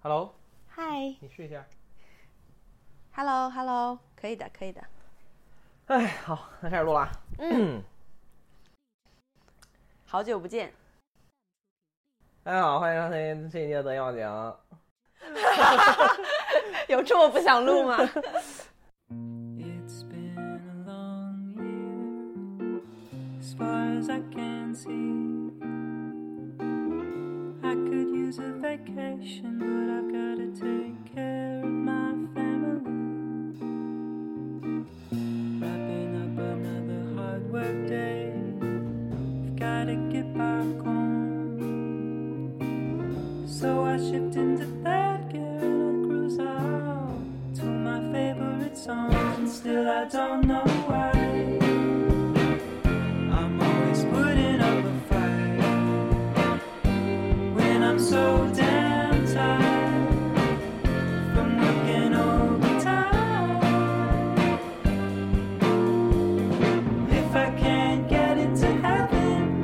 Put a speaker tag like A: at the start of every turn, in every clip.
A: Hello，
B: 嗨
A: 你试一下。
B: ，hello hello，可以的，可以的。
A: 哎，好，那开始录了啊。嗯，
B: 好久不见，
A: 大家哎好，欢迎收听这一期的《德要讲
B: 有这么不想录吗？
C: It's been a long year, as far as I can see. I could use a vacation, but I've got to take care of my family. Wrapping up another hard work day, I've got to get back home. So I shift into third gear and I'll cruise out to my favorite songs, and still I don't know why. I'm always putting up a fight when I'm so damn tired from working overtime. If I can't get it to heaven.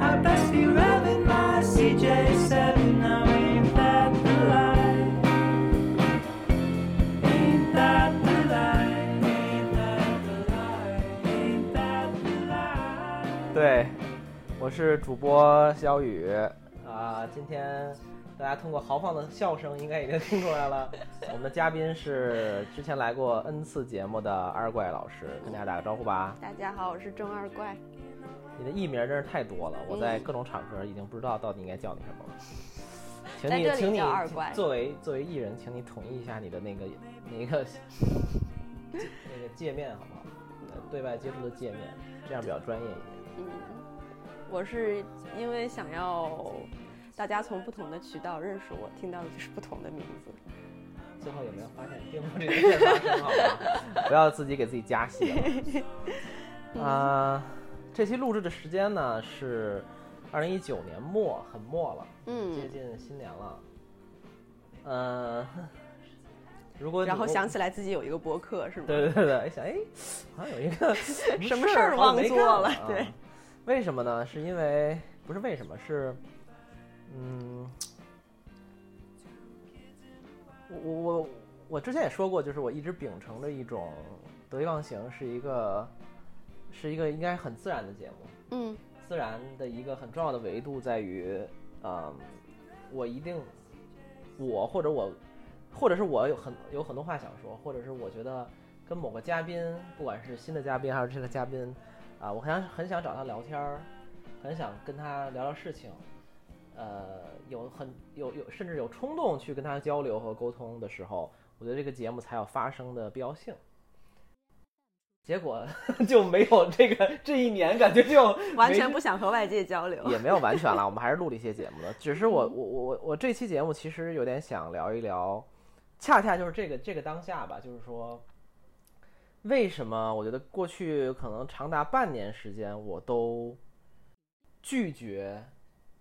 C: I best be revving my CJ7. Now ain't that the life? Ain't that the life? Ain't that the life? Ain't that the life?》。
A: 对，我是主播小雨啊、今天大家通过豪放的笑声，应该已经听出来 了。我们的嘉宾是之前来过 N 次节目的二怪老师，跟大家打个招呼吧。
B: 大家好，我是中二怪。
A: 你的艺名真是太多了，我
B: 嗯
A: 在各种场合已经不知道到底应该叫你什么了。请
B: 在这
A: 你，
B: 里
A: 请你
B: 叫二怪
A: 作为作为艺人，请你统一一下你的那个那个那个界面好不好？呃对外接触的界面，这样比较专业一点。
B: 嗯，我是因为想要大家从不同的渠道认识我，听到的就是不同的名字。
A: 最后有没有发现并没有这个事发生？好吗？ 不要自己给自己加戏 了。啊、这期录制的时间呢是二零一九年末，很末了。接
B: 嗯，
A: 近新年了，呃， 如果你
B: 然后想起来自己有一个博客是吗？
A: 对对对对，一想哎，好像有一 个
B: 什么
A: 事
B: 事儿
A: 好像没
B: 忘做
A: 干
B: 了
A: 啊
B: 对
A: 为什么呢？是因为不是为什么是，嗯，我我我我之前也说过，就是我一直秉承着一种得意忘形是一个是一个应该很自然的节目，
B: 嗯
A: 自然的一个很重要的维度在于，嗯，我一定，我或者我，或者是我有很有很多话想说，或者是我觉得跟某个嘉宾，不管是新的嘉宾还是这个嘉宾，啊，我很想很想找他聊天儿，很想跟他聊聊事情，呃，有很有有甚至有冲动去跟他交流和沟通的时候，我觉得这个节目才有发生的必要性。结果 就没有这个这一年，感觉就
B: 嗯完全不想和外界交流。
A: 也没有完全了，我们还是录了一些节目的。只是我我我我我这期节目其实有点想聊一聊，恰恰就是这个这个当下吧，就是说，为什么我觉得过去可能长达半年时间，我都拒绝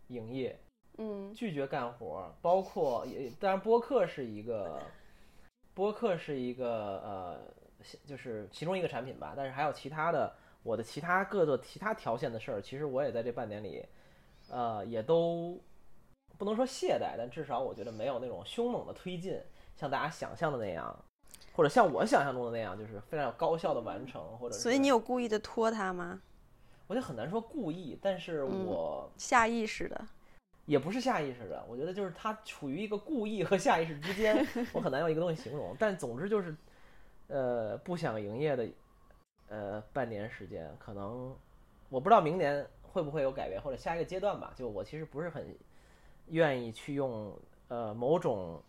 A: 营业，
B: 嗯
A: 拒绝干活儿，包括也当然播客是一个，播客是一个呃，其就是其中一个产品吧，但是还有其他的我的其他各个其他条线的事儿，其实我也在这半年里，呃，也都不能说懈怠，但至少我觉得没有那种凶猛的推进，像大家想象的那样，或者像我想象中的那样，就是非常有高效的完成，或者
B: 所以
A: 是
B: 你有故意的拖他吗？
A: 我就很难说故意，但是
B: 嗯
A: 我。
B: 下意识的。
A: 也不是下意识的，我觉得就是他处于一个故意和下意识之间，我很难用一个东西形容。但总之就是，呃，不想营业的，呃，半年时间，可能我不知道明年会不会有改变，或者下一个阶段吧。就我其实不是很愿意去用呃某种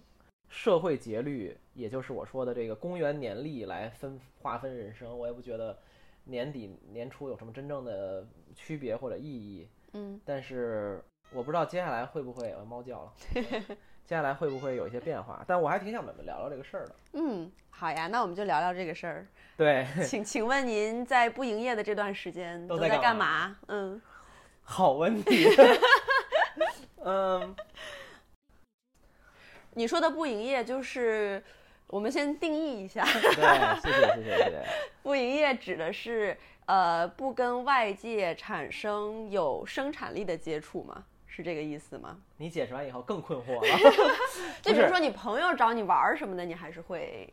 A: 社会节律，也就是我说的这个公元年历来分划分人生，我也不觉得年底年初有什么真正的区别或者意义。
B: 嗯
A: 但是我不知道接下来会不会，呃，猫叫 了，接下来会不会有一些变化？但我还挺想聊聊这个事儿 的。
B: 嗯，好呀，那我们就聊聊这个事儿。
A: 对，
B: 请请问您在不营业的这段时间
A: 都
B: 都
A: 在
B: 在
A: 干
B: 干
A: 嘛
B: 嘛？嗯
A: 好问题。 嗯，
B: 你说的不营业就是，我们先定义一下，
A: 对，谢谢谢谢谢谢。
B: 不营业指的是呃不跟外界产生有生产力的接触嘛，是这个意思吗？
A: 你解释完以后更困惑了 不
B: 就比
A: 是
B: 如说你朋友找你玩儿什么的，你还是会，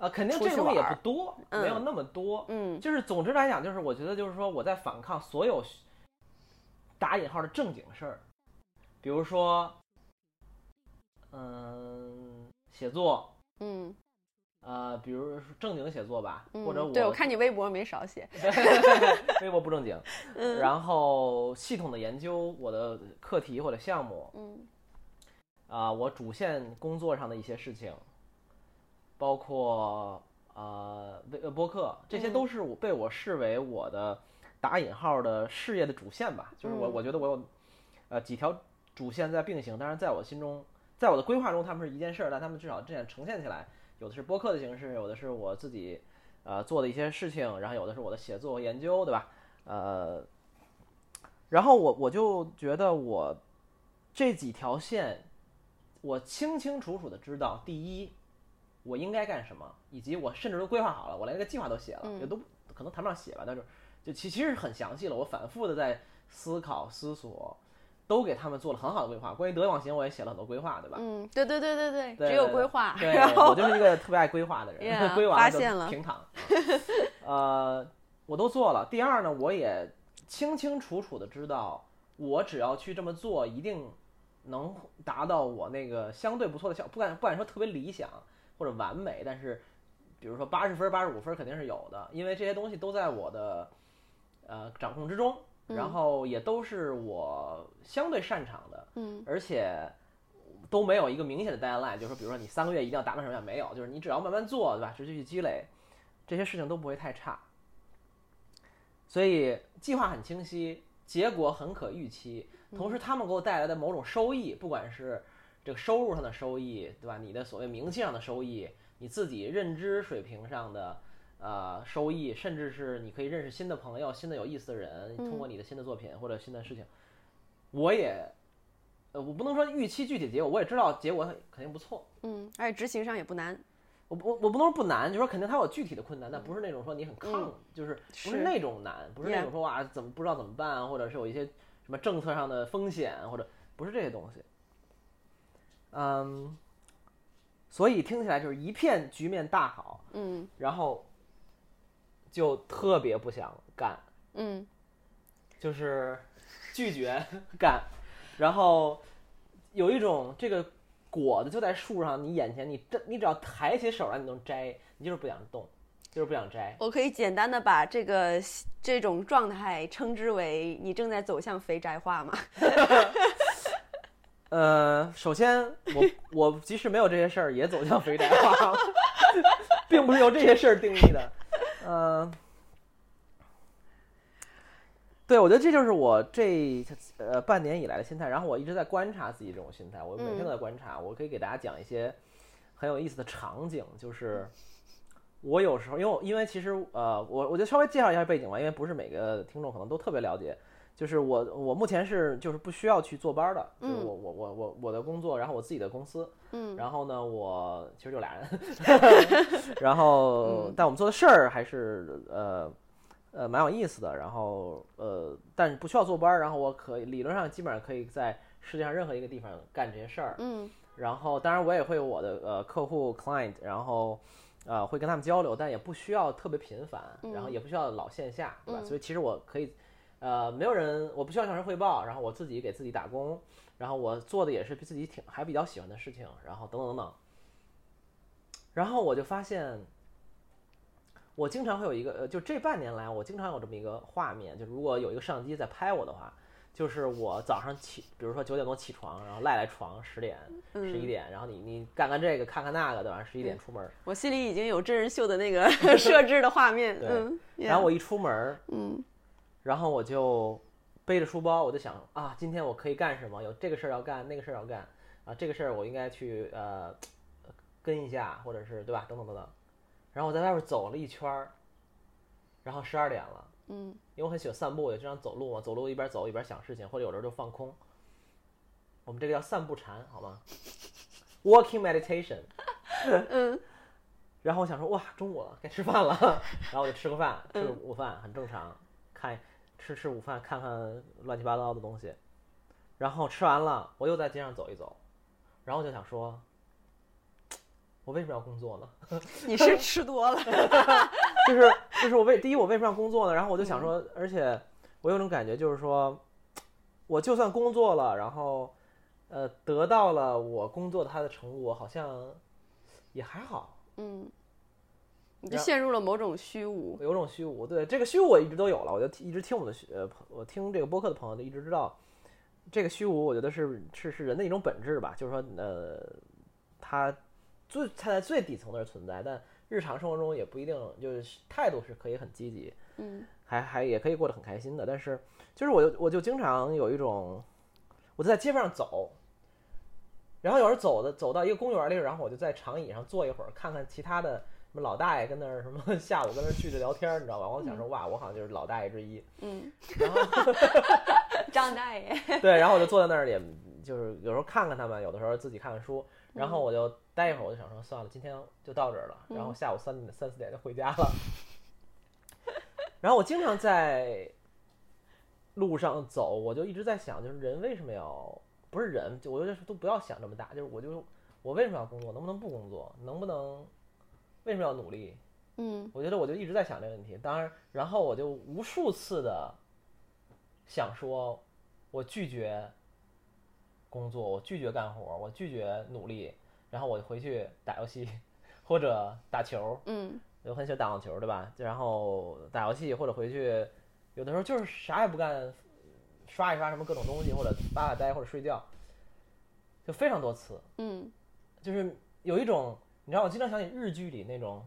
A: 啊，肯定
B: 出
A: 这
B: 去
A: 种也
B: 玩
A: 不
B: 儿
A: 多，
B: 嗯
A: 没有那么多。
B: 嗯
A: 就是总之来讲，就是我觉得就是说我在反抗所有打引号的正经事儿，比如说，嗯，写作，
B: 嗯
A: 呃，比如说正经写作吧，
B: 嗯，
A: 或者
B: 对我看你微博没少写，
A: 微博不正经，
B: 嗯
A: 然后系统的研究我的课题或者项目，
B: 嗯
A: 啊、我主线工作上的一些事情，包括呃微呃播客，这些
B: 嗯
A: 都是我被我视为我的打引号的事业的主线吧。就是我
B: 嗯
A: 我觉得我有呃几条主线在并行，当然在我心中，在我的规划中，他们是一件事儿，但他们至少这样呈现起来，有的是播客的形式，有的是我自己呃做的一些事情，然后有的是我的写作和研究，对吧？呃，然后我我就觉得我这几条线，我清清楚楚的知道，第一，我应该干什么，以及我甚至都规划好了，我连一个计划都写了，
B: 嗯
A: 也都可能谈不上写吧，但是就其其实很详细了，我反复的在思考思索，都给他们做了很好的规划。关于德网行，我也写了很多规划，对吧？
B: 嗯，对对对对对，
A: 对
B: 只有规划，
A: 对，
B: 然后
A: 我就是一个特别爱规划的人
B: Yeah，
A: 规划
B: 发
A: 就
B: 现了
A: 平躺。 呃，我都做了。第二呢，我也清清楚楚的知道，我只要去这么做，一定能达到我那个相对不错的效，不敢不敢说特别理想或者完美，但是比如说八十分、八十五分肯定是有的，因为这些东西都在我的呃掌控之中，然
B: 嗯
A: 后也都是我相对擅长的。
B: 嗯
A: 而且都没有一个明显的 deadline，就是说，比如说你三个月一定要达到什么样，没有，就是你只要慢慢做，对吧？持续去积累，这些事情都不会太差。所以计划很清晰，结果很可预期，同时他们给我带来的某种收益，不管是这个收入上的收益，对吧？你的所谓名气上的收益，你自己认知水平上的。呃，收益，甚至是你可以认识新的朋友、新的有意思的人，通过你的新的作品或者新的事情，我也呃，我不能说预期具体结果，我也知道结果肯定不错。
B: 嗯，而且执行上也不难，
A: 我不我我不能说不难，就说肯定它有具体的困难，但不是那种说你很抗，就是不是
B: 是
A: 那种难，不是那
B: Yeah
A: 种说哇怎么不知道怎么办啊，或者是有一些什么政策上的风险，啊或者不是这些东西。嗯，所以听起来就是一片局面大好，
B: 嗯
A: 然后就特别不想干，
B: 嗯
A: 就是拒绝干，然后有一种这个果子就在树上，你眼前，你这你只要抬起手来，你能摘，你就是不想动，就是不想摘。
B: 我可以简单的把这个这种状态称之为你正在走向肥宅化嘛？
A: 呃，首先我我即使没有这些事儿，也走向肥宅化， 并不是由这些事儿定义的。呃，对，我觉得这就是我这呃半年以来的心态。然后我一直在观察自己这种心态，我每天都在观察。我可以给大家讲一些很有意思的场景，就是我有时候因为我因为其实呃，我我就稍微介绍一下背景吧，因为不是每个听众可能都特别了解。就是我我目前是就是不需要去坐班的，就是
B: 嗯
A: 我我我我我的工作，然后我自己的公司，
B: 嗯
A: 然后呢，我其实就 俩人，然后、
B: 嗯
A: 但我们做的事儿还是呃呃蛮有意思的，然后呃但是不需要坐班儿，然后我可以理论上基本上可以在世界上任何一个地方干这些事儿，
B: 嗯
A: 然后当然我也会有我的呃客户 client，然后呃会跟他们交流，但也不需要特别频繁，然后也不需要老线下，对吧？所以其实我可以，呃，没有人，我不需要向人汇报，然后我自己给自己打工，然后我做的也是自己挺还比较喜欢的事情，然后等等等等。然后我就发现，我经常会有一个，呃，就这半年来，我经常有这么一个画面，就如果有一个摄像机在拍我的话，就是我早上起，比如说九点多起床，然后赖赖床，十点、十一点，然后你你干干这个，看看那个，对吧？十一点出门儿，
B: 我心里已经有真人秀的那个 设置的画面，
A: 对
B: 嗯，
A: 然后我
B: 我
A: 一出门儿，
B: 嗯
A: 然后我就背着书包，我就想啊，今天我可以干什么？有这个事儿要干，那个事儿要干啊，这个事儿我应该去呃跟一下，或者是对吧？等等等等。然后我在外边走了一圈儿，然后十二点了，
B: 嗯
A: 因为我很喜欢散步，我也经常走路嘛，走路一边走一边想事情，或者有时候就放空。我们这个叫散步禅，好吗？Walking meditation。
B: 嗯
A: 然后我想说，哇，中午了，该吃饭了。 然后我就吃个饭，吃个午饭很正常，看吃吃午饭，看看乱七八糟的东西。然后吃完了，我又在街上走一走，然后我就想说，我为什么要工作呢？
B: 你是吃多了，
A: 就是就是我为第一我为什么要工作呢？然后我就想说，而且我有种感觉，就是说，我就算工作了，然后呃得到了我工作它的成果，好像也还好，
B: 嗯， 你就陷入了某种虚无。
A: 有种虚无。对，这个虚无我一直都有了，我就听一直听我们的虚呃，朋我听这个播客的朋友就一直知道，这个虚无我觉得是是是人的一种本质吧，就是说呃，它最它在最底层那儿存在，但日常生活中也不一定就是态度是可以很积极，
B: 嗯，
A: 还还也可以过得很开心的。但是就是我就我就经常有一种，我就在街上走，然后有时候走的走到一个公园里，然后我就在长椅上坐一会儿，看看其他的什么老大爷跟那儿什么 下午跟那儿聚着聊天儿，你知道吧？我想说哇，我好像就是老大爷之一。
B: 嗯，
A: 然后
B: 张大爷，
A: 对，然后我就坐在那儿，也就是有时候看看他们，有的时候自己看看书，然后我就待一会儿，我就想说算了，今天就到这儿了，然后下午三点三四点就回家了。 然后我经常在路上走，我就一直在想，就是人为什么要不是人，就我就是都不要想这么大，就是我就我为什么要工作，能不能不工作，能不能为什么要努力？
B: 嗯
A: 我觉得我就一直在想这个问题，当然，然后我就无数次的想说，我拒绝工作，我拒绝干活，我拒绝努力，然后我就回去打游戏或者打球，
B: 嗯
A: 我很喜欢打网球，对吧？然后打游戏或者回去，有的时候就是啥也不干，刷一刷什么各种东西，或者发发呆，或者睡觉，就非常多次。
B: 嗯
A: 就是有一种，你知道，我经常想起日剧里那种，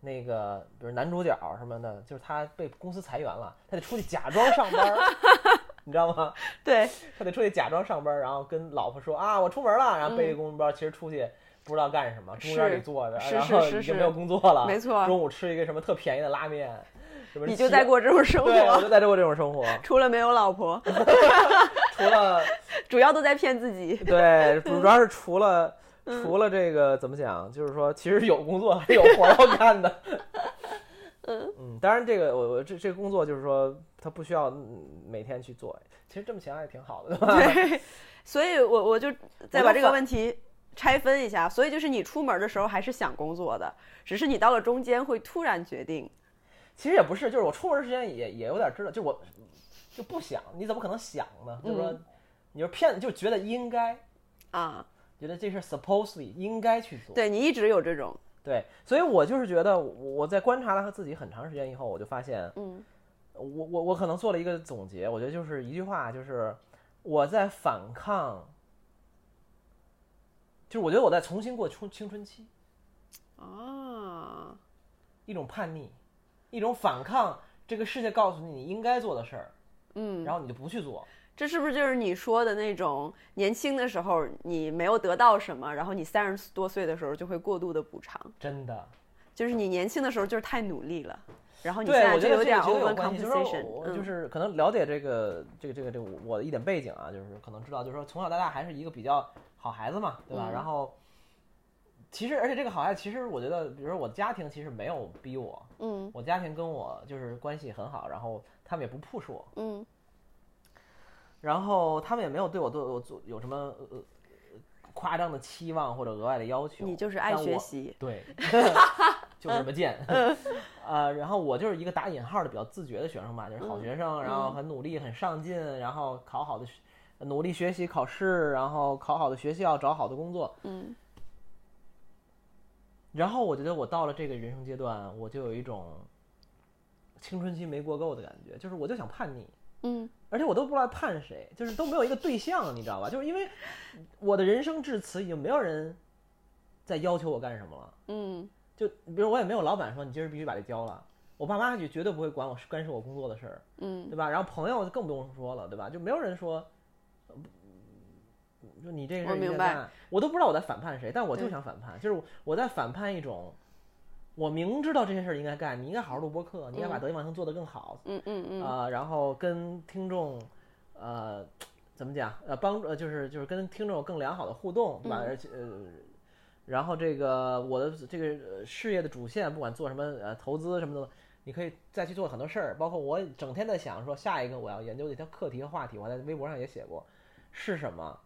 A: 那个比如男主角什么的，就是他被公司裁员了，他得出去假装上班儿， 你知道吗？
B: 对，
A: 他得出去假装上班儿，然后跟老婆说啊，我出门了，然后背着公文包，其实出去不知道干什么，公园里
B: 嗯是
A: 坐着，
B: 是
A: 然
B: 是
A: 后
B: 是
A: 已经
B: 是
A: 没有工作了，
B: 没错
A: 中午吃一个什么特便宜的拉面，什么
B: 你就
A: 西
B: 在过这种生
A: 对，我
B: 活，
A: 就在过这种 生活，
B: 除了没有 老婆，
A: 除了。
B: 主要都在骗 自 己。
A: 对，主主要是除 了
B: 嗯
A: 除了这个怎么讲，就是说其实有工作还是有活儿要干的。
B: 嗯
A: 当然这个我我这这个工作就是说他不需要嗯每天去做，其实这么想也挺好的， 对吧？
B: 对，所以我我就再把这个
A: 反
B: 问题拆分一下。所以就是你出门的时候还是想工作的，只是你到了中间会突然决定。
A: 其实也不是，就是我出门儿时间也也有点知道，就我就不想，你怎么可能想呢？就是说
B: 嗯
A: 你就骗，就觉得应该，
B: 啊，
A: 觉得这事儿 supposedly 应该去做。
B: 对你一直有这种，
A: 对，所以我就是觉得我我在观察了自己很长时间以后，我就发现，
B: 嗯
A: 我我我可能做了一个总结，我觉得就是一句话，就是我在反抗，就是我觉得我在重新过青青春期，
B: 啊，
A: 一种叛逆，一种反抗这个世界告诉你你应该做的事儿，
B: 嗯，
A: 然后你就不去做。
B: 这是不是就是你说的那种年轻的时候你没有得到什么，然后你三十多岁的时候就会过度的补偿？
A: 真的，
B: 就是你年轻的时候就是太努力了，然后你现
A: 对，
B: 在
A: 我觉
B: 就
A: 得
B: 有
A: 这
B: 点
A: 个绝对
B: over
A: 有关系。就是说
B: compensation，
A: 我
B: 嗯
A: 就是可能了解这个这个这个这个我我的一点背景啊，就是可能知道，就是说从小到大还是一个比较好孩子嘛，对吧？
B: 嗯
A: 然后其实而且这个好孩子，其实我觉得，比如说我的家庭其实没有逼我，
B: 嗯
A: 我家庭跟我就是关系很好，然后他们也不 push 我，
B: 嗯
A: 然后他们也没有对我对我做有什么呃呃夸张的期望或者额外的要求。
B: 你就是爱
A: 但
B: 学
A: 我，
B: 习， 嗯
A: 对，就是这么贱。 呃，然后我就是一个打引号的比较自觉的学生吧，就是
B: 嗯
A: 好学生，然后很努力、很上进，然后考好的学努力学习考试，然后考好的学校，找好的工作。
B: 嗯
A: 然后我觉得我到了这个人生阶段，我就有一种青春期没过够的感觉，就是我就想叛逆。
B: 嗯
A: 而且我都不知道判谁，就是都没有一个对象，你知道吧？就是因为我的人生至此已经没有人在要求我干什么了。
B: 嗯
A: 就比如我也没有老板说你今儿必须把这交了，我爸妈就绝对不会管我干涉我工作的事儿，
B: 嗯
A: 对吧？然后朋友就更不用说了，对吧？就没有人说，呃不就你这个事儿
B: 我
A: 应该
B: 明白
A: 干，我都不知道我在反叛谁，但我就
B: 对
A: 想反叛，就是我我在反叛一种。我明知道这些事儿应该干，你应该好好录播课，你应该把
B: 嗯
A: 德云网星做得更好，
B: 嗯嗯嗯
A: 啊、然后跟听众，呃，怎么讲？呃，帮助呃就是就是跟听众有更良好的互动，对吧？
B: 嗯
A: 而且呃，然后这个我的这个呃事业的主线，不管做什么呃投资什么的，你可以再去做很多事儿。包括我整天在想说下一个我要研究的一条课题和话题，我还在微博上也写过。是什么。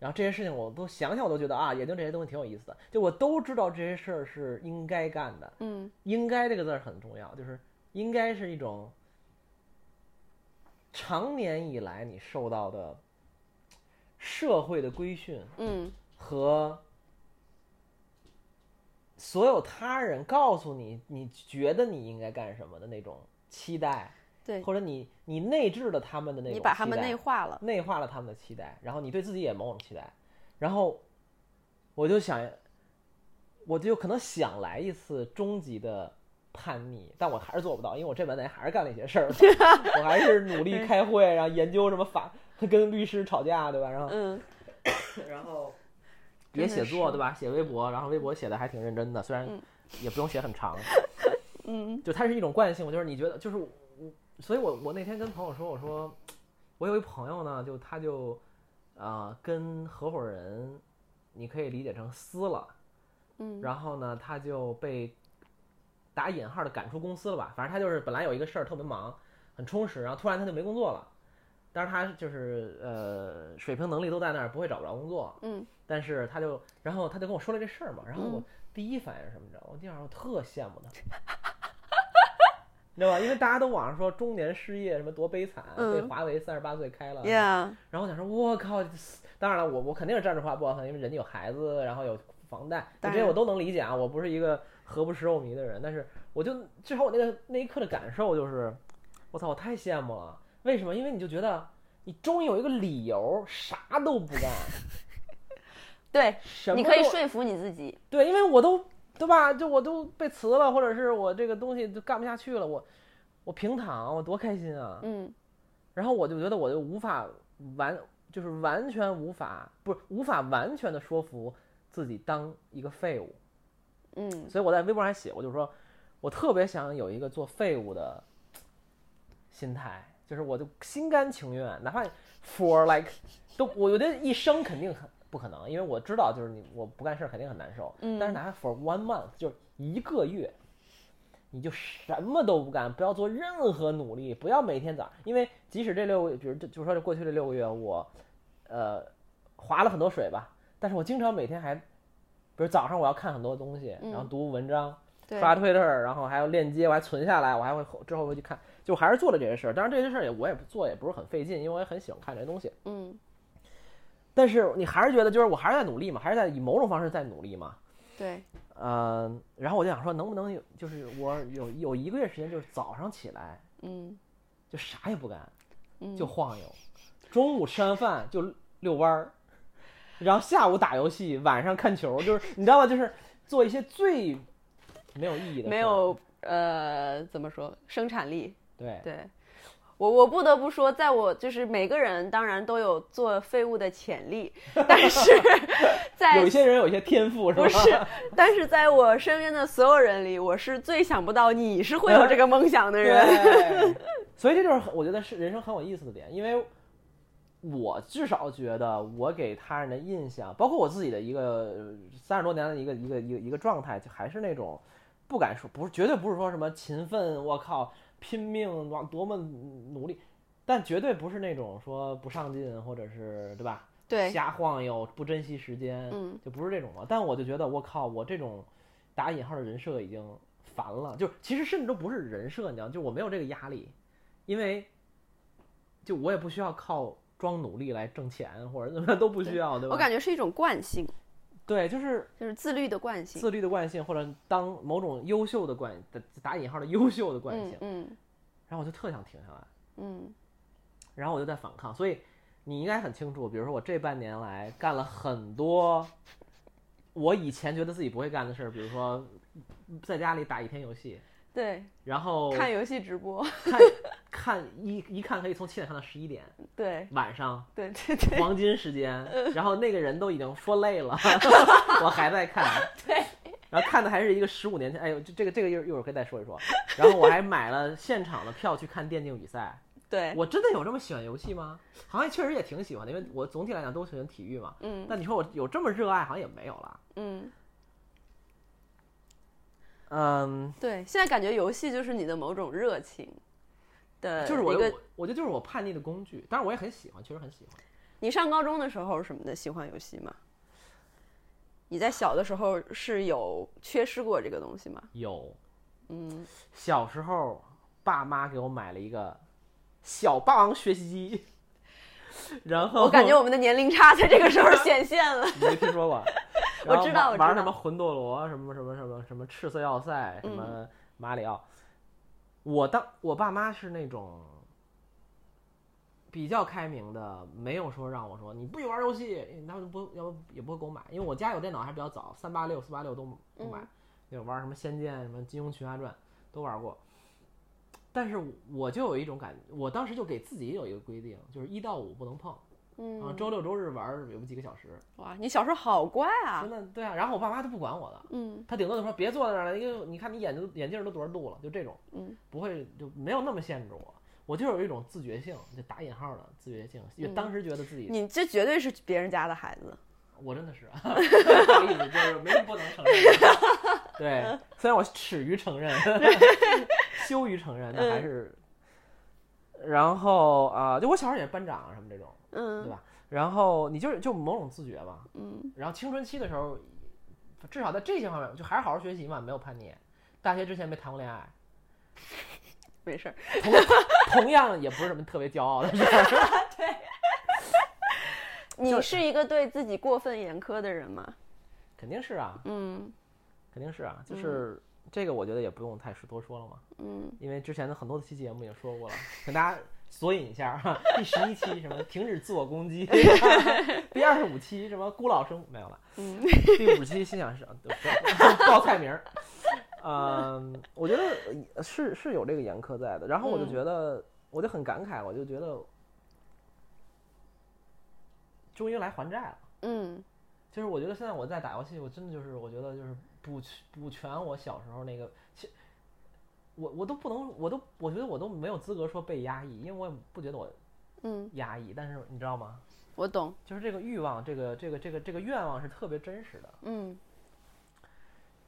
A: 然后这些事情我都想想，我都觉得啊，研究这些东西挺有意思的。就我都知道这些事儿是应该干的，
B: 嗯
A: 应该这个字儿很重要，就是应该是一种常年以来你受到的社会的规训
B: 嗯
A: 和所有他人告诉你你觉得你应该干什么的那种期待，
B: 对，
A: 或者你你内置了他们的那种期待，
B: 你把他们内化了，
A: 内化了他们的期待，然后你对自己也某种期待，然后我就想，我就可能想来一次终极的叛逆，但我还是做不到，因为我这半年还是干那些 事儿嘛，我还是努力开会，然后研究什么法，跟律师吵架，对吧？然后
B: 嗯
A: 然后
B: 真
A: 也
B: 的
A: 写作，
B: 是
A: 对吧？写微博，然后微博写的还挺认真的，虽然
B: 嗯
A: 也不用写很长，
B: 嗯
A: 就它是一种惯性，我就是你觉得就是我，所以我我那天跟朋友说，我说我有一朋友呢，就他就啊、呃跟合伙人，你可以理解成撕了，
B: 嗯
A: 然后呢他就被打引号的赶出公司了吧，反正他就是本来有一个事儿特别忙，很充实，然后突然他就没工作了，但是他就是呃水平能力都在那儿，不会找不着工作，
B: 嗯
A: 但是他就，然后他就跟我说了这事儿嘛，然后我
B: 嗯
A: 第一反应是什么？你知道吗？我第二我特羡慕他， 你知道吧？因为大家都网上说中年失业什么多悲惨，啊被
B: 嗯
A: 华为三十八岁开了。
B: ，Yeah，
A: 然后我想说，我靠！当然了，我我肯定是站着话不好看，因为人家有孩子，然后有房贷，这
B: 当
A: 些
B: 然
A: 我都能理解啊。我不是一个何不食肉糜的人，但是我就至少我那个那一刻的感受就是，我操，我太羡慕了。为什么？因为你就觉得你终于有一个理由啥都不干，
B: 对，
A: 什么
B: 你可以
A: 都
B: 说服你自己，
A: 对，因为我都对吧？就我都被辞了，或者是我这个东西就干不下去了，我我平躺，我多开心啊！
B: 嗯
A: 然后我就觉得我就无法完，就是完全无法，不是无法完全的说服自己当一个废物。
B: 嗯
A: 所以我在微博上还写过，就是说我特别想有一个做废物的心态，就是我就心甘情愿，哪怕 for like 都，我觉得一生肯定很不可能，因为我知道就是你我不干事儿肯定很难受，
B: 嗯
A: 但是哪怕 for one month 就是一个月。你就什么都不干，不要做任何努力，不要每天早，因为即使这六个月，比如就就说这过去这六个月，我，呃，划了很多水吧，但是我经常每天还，比如早上我要看很多东西，然后
B: 嗯
A: 读文章，
B: 对，
A: 刷推特，然后还有链接，我还存下来，我还会后之后会去看，就还是做了这些事儿。当然这些事儿也我也不做也不是很费劲，因为我也很喜欢看这些东西。
B: 嗯
A: 但是你还是觉得就是我还是在努力嘛，还是在以某种方式在努力嘛。
B: 对，
A: 嗯，然后我就想说，能不能有就是我有有一个月时间，就是早上起来
B: 嗯
A: 就啥也不干，
B: 嗯，
A: 就晃悠，中午吃完饭就遛弯儿，然后下午打游戏，晚上看球，就是你知道吧，就是做一些最没有意义的事儿，
B: 没有呃怎么说生产力，
A: 对
B: 对。我我不得不说，在我就是每个人当然都有做废物的潜力，但是 在
A: 有一些人有一些天赋是吧？
B: 不是，但是在我身边的所有人里，我是最想不到你是会有这个梦想的人。
A: 对， 所以这就是很我觉得是人生很有意思的点，因为我至少觉得我给他人的印象，包括我自己的一个三十多年的一个一个一个一个状态，就还是那种不敢说，不是绝对不是说什么勤奋，我靠，拼命往多么努力，但绝对不是那种说不上进或者是对吧？
B: 对，
A: 瞎晃悠，不珍惜时间，
B: 嗯，
A: 就不是这种了。但我就觉得，我靠，我这种打引号的人设已经烦了，就其实甚至都不是人设，你知道，就我没有这个压力，因为就我也不需要靠装努力来挣钱或者怎么样都不需要，对吧？
B: 我感觉是一种惯性，
A: 对，就是
B: 就是自律的惯性。
A: 自律的惯性，或者当某种优秀的惯打打引号的优秀的惯性，
B: 嗯
A: 然后我就特想停下来。
B: 嗯
A: 然后我就在反抗，所以你应该很清楚，比如说我这半年来干了很多我以前觉得自己不会干的事儿，比如说在家里打一天游戏，
B: 嗯，对，
A: 然后
B: 看游戏直播，
A: 看看一一看可以从七点看到十一点，
B: 对
A: 晚 上
B: 对对对
A: 黄金时间，
B: 嗯
A: 然后那个人都已经说累 了，我还在看，
B: 对，
A: 然后看的还是一个十五年前，哎呦，这这个这个一会儿一会儿可以再说一说，然后我还买了现场的票去看电竞比赛。
B: 对，
A: 我真的有这么喜欢游戏吗？好像确实也挺喜欢的，因为我总体来讲都喜欢体育嘛。
B: 嗯
A: 但你说我有这么热爱，好像也没有了。
B: 嗯，
A: 嗯，
B: 对。现在感觉游戏就是你的某种热情的，
A: 啊嗯就是我
B: 一
A: 的，
B: 呃个
A: 我我觉得就是我叛逆的工具。当然我也很喜欢，确实很喜欢。
B: 你上高中的时候什么的喜欢游戏吗？你在小的时候是有缺失过这个东西吗？
A: 有，
B: 嗯，
A: 小时候爸妈给我买了一个小霸王学习机， 然后
B: 我感觉我们的年龄差在这个时候显现了。
A: 你没听说过？啊
B: 我知道
A: 然后
B: 我
A: 玩
B: 知道
A: 玩什么魂斗罗，啊什么什么什么什么赤色要塞，什
B: 嗯
A: 么马里奥。我当我爸妈是那种比较开明的，没有说让我说你不许玩游戏，他们不要不也不会给我买，因为我家有电脑还比较早，三八六、四八六都都买
B: 嗯，
A: 就玩什么仙剑、什么金庸群侠传都玩过。但是我就有一种感觉，我当时就给自己有一个规定，就是一到五不能碰，然后
B: 嗯，
A: 周六周日玩儿有几个小时，
B: 哇，你小时候好乖啊
A: 真。的对啊。然后我爸妈都不管我的，
B: 嗯
A: 他顶多就说别坐在那儿了，因为你看你眼睛眼镜都多少度了，就这种，
B: 嗯
A: 不会就没有那么限制我。我就有一种自觉性，就打引号的自觉性，因为当时觉得自己，
B: 嗯你这绝对是别人家的孩子。
A: 我真的是， 不好意思，就是没什么不能承认的。对，
B: 嗯
A: 虽然我耻于承认，羞于承认，但还是。然后啊、就我小时候也是班长啊什么这种，对
B: 嗯
A: 吧？然后你就是就某种自觉吧，
B: 嗯
A: 然后青春期的时候，至少在这些方面，就还是好好学习嘛，没有叛逆。大学之前没谈过恋爱，
B: 没事儿。
A: 同同样也不是什么特别骄傲的事儿。
B: 你是一个对自己过分严苛的人吗？
A: 肯定是啊，
B: 嗯
A: 肯定是啊，就是这个，我觉得也不用太多说了嘛，
B: 嗯
A: 因为之前的很多期节目也说过了，跟大家索引一下啊，第十一期什么停止自我攻击， 第二十五期什么孤老生没有了。
B: 嗯
A: 第五期心想事，对 不要报菜名儿。嗯，我觉得是是有这个严苛在的，然后我就
B: 嗯
A: 觉得、我就很感慨，我就觉得终于来还债了。
B: 嗯
A: 就是我觉得现在我在打游戏，我真的就是我觉得就是补全补全我小时候那个，其实我我都不能，我都我觉得我都没有资格说被压抑，因为我也不觉得我
B: 嗯，
A: 压抑，但是你知道吗？
B: 我懂。
A: 就是这个欲望，这个这个这个这个愿望是特别真实的。
B: 嗯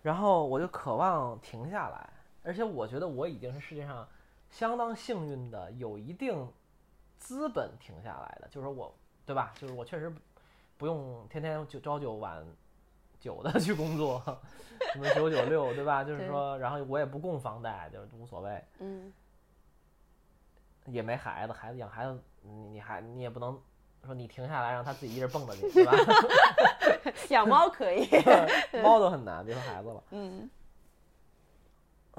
A: 然后我就渴望停下来，而且我觉得我已经是世界上相当幸运的，有一定资本停下来的，就是我，对吧？就是我确实不用天天就朝九晚九的 去工作，什么九九六，对吧？就是
B: 对
A: 说，然后我也不供房贷，就是无所谓，
B: 嗯
A: 也没孩子，孩子养孩子，你你还你也不能说你停下来让他自己一人蹦着你，对吧？
B: 养猫可以。
A: 猫都很难，别说孩子了。
B: 嗯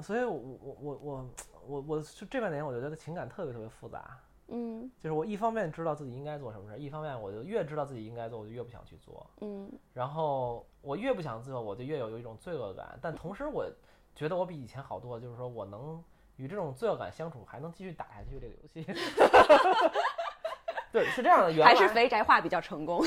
A: 所以我，我我我我我就这半年，我就觉得情感特别特别复杂。
B: 嗯
A: 就是我一方面知道自己应该做什么事儿，一方面我就越知道自己应该做，我就越不想去做。
B: 嗯
A: 然后我越不想做，我就越有一种罪恶感。但同时，我觉得我比以前好多，就是说我能与这种罪恶感相处，还能继续打下去这个游戏。 对，是这样的。原来
B: 还是肥宅化比较 成功。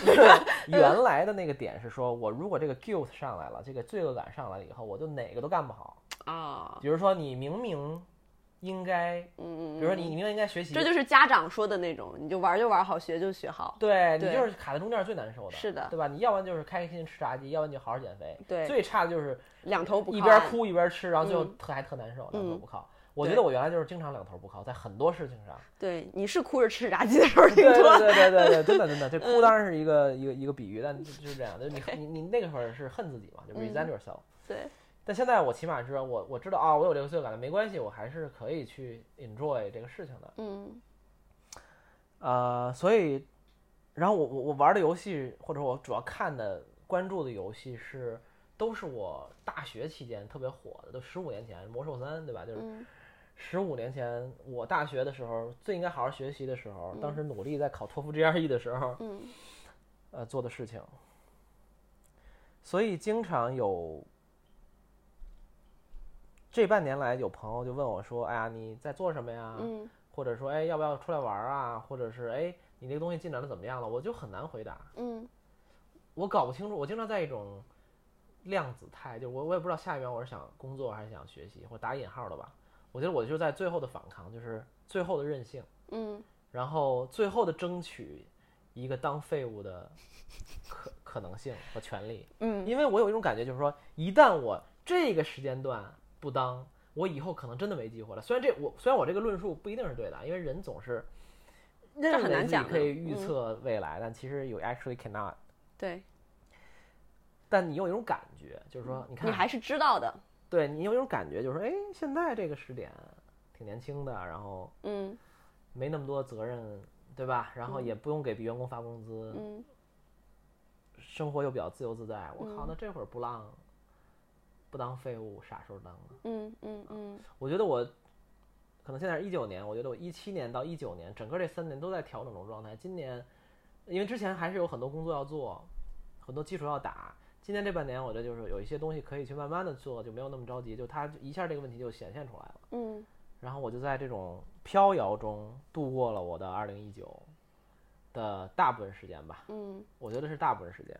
A: 原来的那个点是说，我如果这个 guilt 上来了，这个罪恶感上来了以后，我就哪个都干不好。
B: 啊，
A: 比如说，你明明应该
B: 嗯，
A: 比如说你，你明白应该学习，
B: 这就是家长说的那种，你就玩就玩好，学就学好。
A: 对你
B: 对
A: 就是卡在中间是最难受的，
B: 是的
A: 对吧？你要不然就是开开心心吃炸鸡，要不然你就好好减肥，
B: 对
A: 最差的就是
B: 两头不靠
A: 一边
B: 岸。
A: 哭一边吃，然后最后
B: 嗯
A: 特还特难受，两头不靠。我
B: 对
A: 觉得我原来就是经常两头不靠，在很多事情 上，
B: 对，你是哭着吃炸鸡 的时候挺
A: 对对
B: 多。
A: 对对对对，真的 真的，这哭当然是一个一个一个比喻，但就就是这样，就是你你你那个会儿是恨自己嘛，就
B: 嗯
A: resent yourself。
B: 对，
A: 但现在我起码知道，我我知道啊、我有这个罪恶感了，没关系，我还是可以去 enjoy 这个事情的。
B: 嗯
A: 呃，所以，然后我我我玩的游戏，或者我主要看的、关注的游戏是，都是我大学期间特别火的，都十五年前《魔兽三》，对吧？就是
B: 嗯
A: 十五年前我大学的时候，最应该好好学习的时候，当时努力在考托福 GRE 的时候，
B: 嗯
A: 呃做的事情。所以经常有，这半年来有朋友就问我说：“哎呀，你在做什么呀？”
B: 嗯
A: 或者说哎要不要出来玩儿啊，或者是哎你这个东西进展的怎么样了，我就很难回答，
B: 嗯
A: 我搞不清楚，我经常在一种量子态，就我我也不知道下一秒我是想工作还是想学习，或打引号的吧，我觉得我就在最后的反抗，就是最后的任性，
B: 嗯
A: 然后最后的争取一个当废物的可可能性和权利，
B: 嗯，
A: 因为我有一种感觉，就是说，一旦我这个时间段不当，我以后可能真的没机会了。虽然这我虽然我这个论述不一定是对的，因为人总是认
B: 很
A: 为
B: 难
A: 自己
B: 讲
A: 可
B: 的
A: 以预
B: 嗯
A: 测未来，但其实有 actually cannot。
B: 对
A: 但你有一种感觉，就是说，你看，
B: 嗯你还是知道的，
A: 对你有一种感觉，就是说，哎，现在这个时点挺年轻的，然后
B: 嗯
A: 没那么多责任，对吧？然后
B: 嗯
A: 也不用给员工发工资，
B: 嗯，
A: 生活又比较自由自在。我靠，
B: 嗯
A: 那这会儿不浪，不当废物，啥时候当呢？
B: 嗯嗯嗯
A: 我觉得我可能现在是一九年，我觉得我一七年到一九年，整个这三年都在调整中状态。今年因为之前还是有很多工作要做，很多基础要打。今年这半年，我觉得就是有一些东西可以去慢慢的做，就没有那么着急。就它一下这个问题就显现出来了，
B: 嗯，
A: 然后我就在这种飘摇中度过了我的二零一九的大部分时间吧。
B: 嗯
A: 我觉得是大部分时间。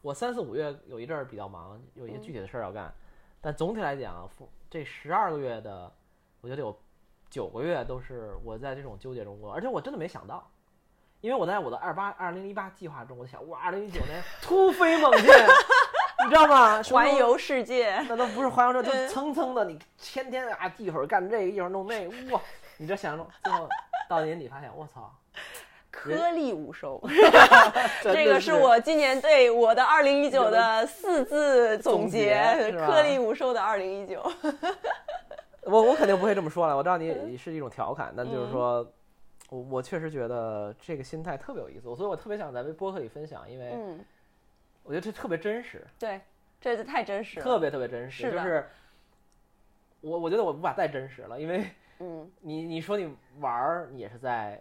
A: 我三四五月有一阵儿比较忙，有一些具体的事儿要干，但总体来讲，复这十二个月的，我觉得有九个月都是我在这种纠结中过，而且我真的没想到，因为我在我的二八二零一八计划中，我就想哇，二零一九 年突飞猛进，你知道吗？什么
B: 环。游世界，
A: 那都不是 环游车，就是蹭蹭的，你天天啊，一会儿干这个，一会儿弄那个，哇！你这想着，最后到年底发现，我 操，
B: 颗粒无收。
A: 真
B: 这
A: 的
B: 个是我今年对我的二零一
A: 有
B: 九的四字
A: 总
B: 总结
A: 结，是吧
B: 颗粒无收的二零一九。
A: 我我肯定不会这么说了，我知道
B: 嗯
A: 你是一种调侃，但就是说，我我确实觉得这个心态特别有意思，所以我特别想在微播客里分享，因为
B: 嗯，
A: 我觉得这特别真实，
B: 对，这就太真实了。
A: 特别特别真实，
B: 是
A: 就
B: 的
A: 是我我觉得我无法再真实了，因为
B: 嗯，
A: 你你说你玩儿，你也是在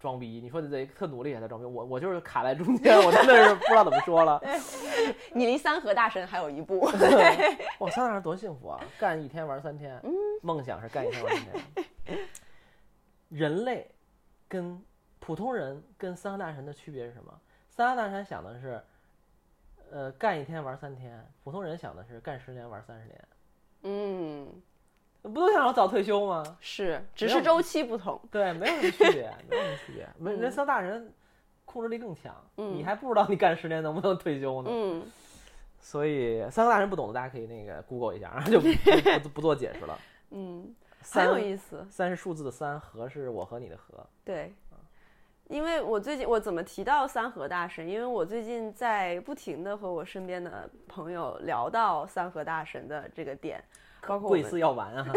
A: 装逼，你说你在特努力也在装逼，我我就是卡在中间，我真的是不知道怎么说了。
B: 你离三河大神还有一步。
A: 哇，三大人多幸福啊！干一天玩三天，
B: 嗯
A: 梦想是干一天玩三天。人类跟普通人跟三个大神的区别是什么？三个大神想的是，呃，干一天玩三天；普通人想的是干十年玩三十年。
B: 嗯，
A: 不都想要早退休吗？
B: 是，只是周期不同。
A: 对，没有什么区别，没有什么区别。
B: 嗯
A: 没人三大神控制力更强，你还不知道你干十年能不能退休呢。
B: 嗯，
A: 所以三个大神不懂的，大家可以那个 Google 一下，然后就不不不做解释 了。
B: 嗯，很
A: 三
B: 有意思。
A: 三是数字的三，和是我和你的和。
B: 对，因为我最近我怎么提到三河大神？因为我最近在不停的和我身边的朋友聊到三河大神的这个点，包 括我
A: 贵
B: 们
A: 司要完啊！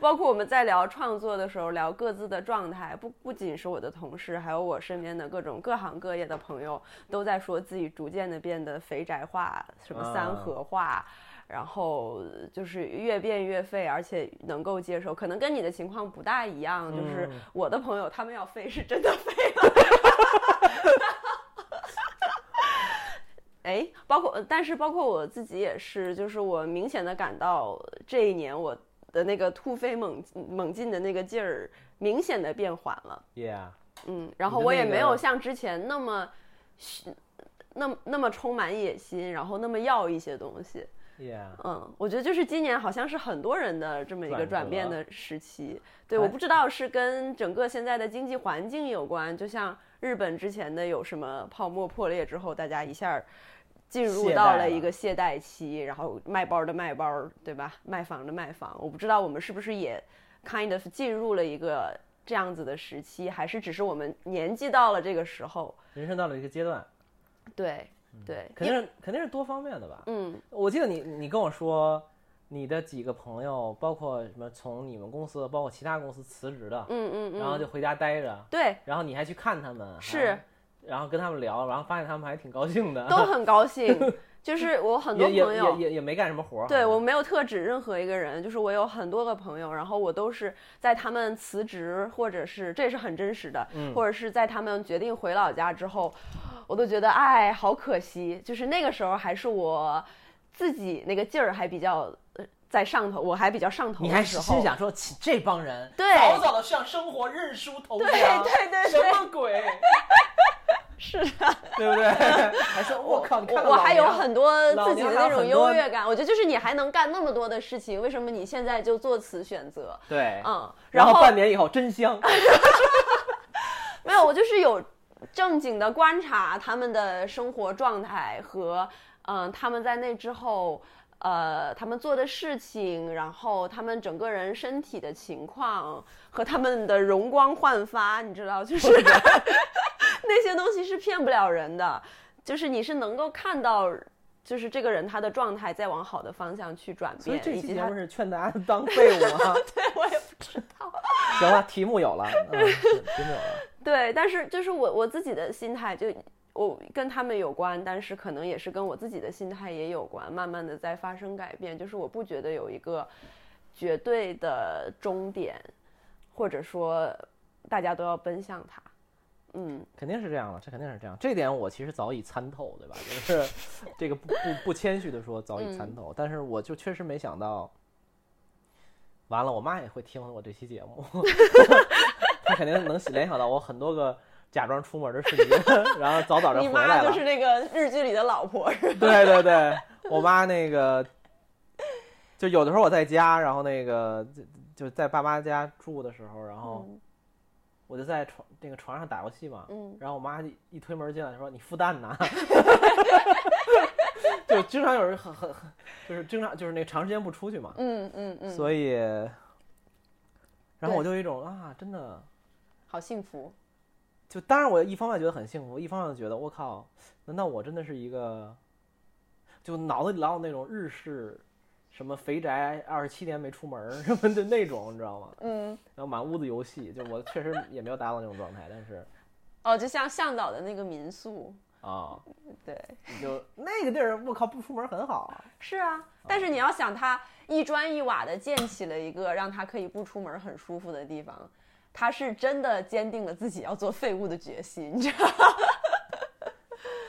B: 包括我们在聊创作的时候，聊各自的状态，不不仅是我的同事，还有我身边的各种各行各业的朋友，都在说自己逐渐的变得肥宅化，什么三合化。然后就是越变越废，而且能够接受，可能跟你的情况不大一样。就是
A: 嗯
B: 我的朋友他们要废是真的废了， 哎，包括，但是包括我自己也是，就是我明显的感到这一年我的那个突飞猛猛进的那个劲儿明显的变缓了，
A: yeah，
B: 嗯，然后
A: 你的
B: 我也
A: 那
B: 没有
A: 个
B: 像之前那么虚，那么那么充满野心，然后那么要一些东西，
A: yeah，
B: 嗯，我觉得就是今年好像是很多人的这么一
A: 转
B: 个
A: 折
B: 转变的时期。对，
A: 哎
B: 我不知道是跟整个现在的经济环境有关，就像日本之前的有什么泡沫破裂之后，大家一下儿进入
A: 懈
B: 到
A: 怠
B: 了一
A: 了
B: 个懈怠期，然后卖包的卖包，对吧？卖房的卖房。我不知道我们是不是也 kind of 进入了一个这样子的时期，还是只是我们年纪到了这个时候？
A: 人生到了一个阶段，
B: 对，对，
A: 肯定是肯定是多方面的吧。
B: 嗯
A: 我记得你你跟我说，你的几个朋友，包括什么从你们公司，包括其他公司辞职的，
B: 嗯嗯嗯，
A: 然后就回家待着，
B: 对，
A: 然后你还去看他们，啊
B: 是，
A: 然后跟他们聊，然后发现他们还挺高兴 的，
B: 都很高兴。 就是我很多
A: 也
B: 朋
A: 也也
B: 友，
A: 也也没干什么活儿。
B: 对
A: 好像
B: 我没有特指任何一个人，就是我有很多个朋友，然后我都是在他们辞职，或者是这也是很真实的，
A: 嗯
B: 或者是在他们决定回老家之后，我都觉得哎，好可惜，就是那个时候还是我自己那个劲儿还比较呃在上头，我还比较上头
A: 你
B: 的
A: 还
B: 时
A: 心
B: 候，
A: 想说，起这帮人
B: 对
A: 早早的向生活认输投降，
B: 对对对
A: 什么鬼？
B: 是
A: 对不对？ 还说我靠，你看
B: 我我还有
A: 老娘
B: 很多自己
A: 老娘
B: 的那
A: 还有
B: 种
A: 很多
B: 优越感，我觉得就是你还能干那么多的事情，为什么你现在就做此选择？
A: 对，
B: 嗯，
A: 然
B: 后
A: 后半年以后真香，
B: 没有，我就是有正经的呃观察他们的生活状态和，嗯、他们在那之后，呃，他们做的事情，然后他们整个人身体的情况和他们的容光焕发，你知道，就是 那些东西是骗不了人的，就是你是能够看到，就是这个人他的状态在往好的方向去转
A: 所以
B: 变，
A: 这
B: 以
A: 期
B: 及
A: 节
B: 他
A: 目是劝大家当废物吗？
B: 对我也不知道。
A: 行了，题目有了，嗯，题目有了。
B: 对，但是就是我我自己的心态就。我跟他们有关，但是可能也是跟我自己的心态也有关，慢慢的在发生改变。就是我不觉得有一个绝对的终点，或者说大家都要奔向它。嗯，
A: 肯定是这样了，这肯定是这样。这点我其实早已参透，对吧？就是这个不不不谦虚的说，早已参
B: 嗯
A: 透。但是我就确实没想到，完了，我妈也会听我这期节目， 她肯定能联想到我很多个假装出门的瞬间， 然后早早就
B: 你
A: 回来
B: 妈
A: 了。
B: 就是那个日剧里的老婆，是吧
A: 对对对，我妈那个，就有的时候我在家，然后那个就就在爸妈家住的时候，然后
B: 嗯
A: 我就在床那个床上打游戏嘛，
B: 嗯
A: 然后我妈一一推门进来说：“你孵蛋呢？” 就经常有人很很很，就是经常就是那长时间不出去嘛，
B: 嗯嗯嗯，
A: 所以，然后我
B: 对
A: 就有一种啊，真的，
B: 好幸福。
A: 就当然我一方面觉得很幸福，一方面觉得我靠，难道我真的是一个，就脑子里老有那种日式，什么肥宅二十七年没出门儿什么的那种，你知道吗？
B: 嗯，
A: 然后满屋子游戏，就我确实也没有达到那种状态，但是
B: 哦，就像向导的那个民宿，
A: 啊，
B: 对，
A: 你就那个地儿，我靠，不出门儿很好。
B: 是
A: 嗯
B: 啊。但是你要想，他一砖一瓦的建起了一个让他可以不出门很舒服的地方，他是真的坚定了自己要做废物的决心，你知道吗？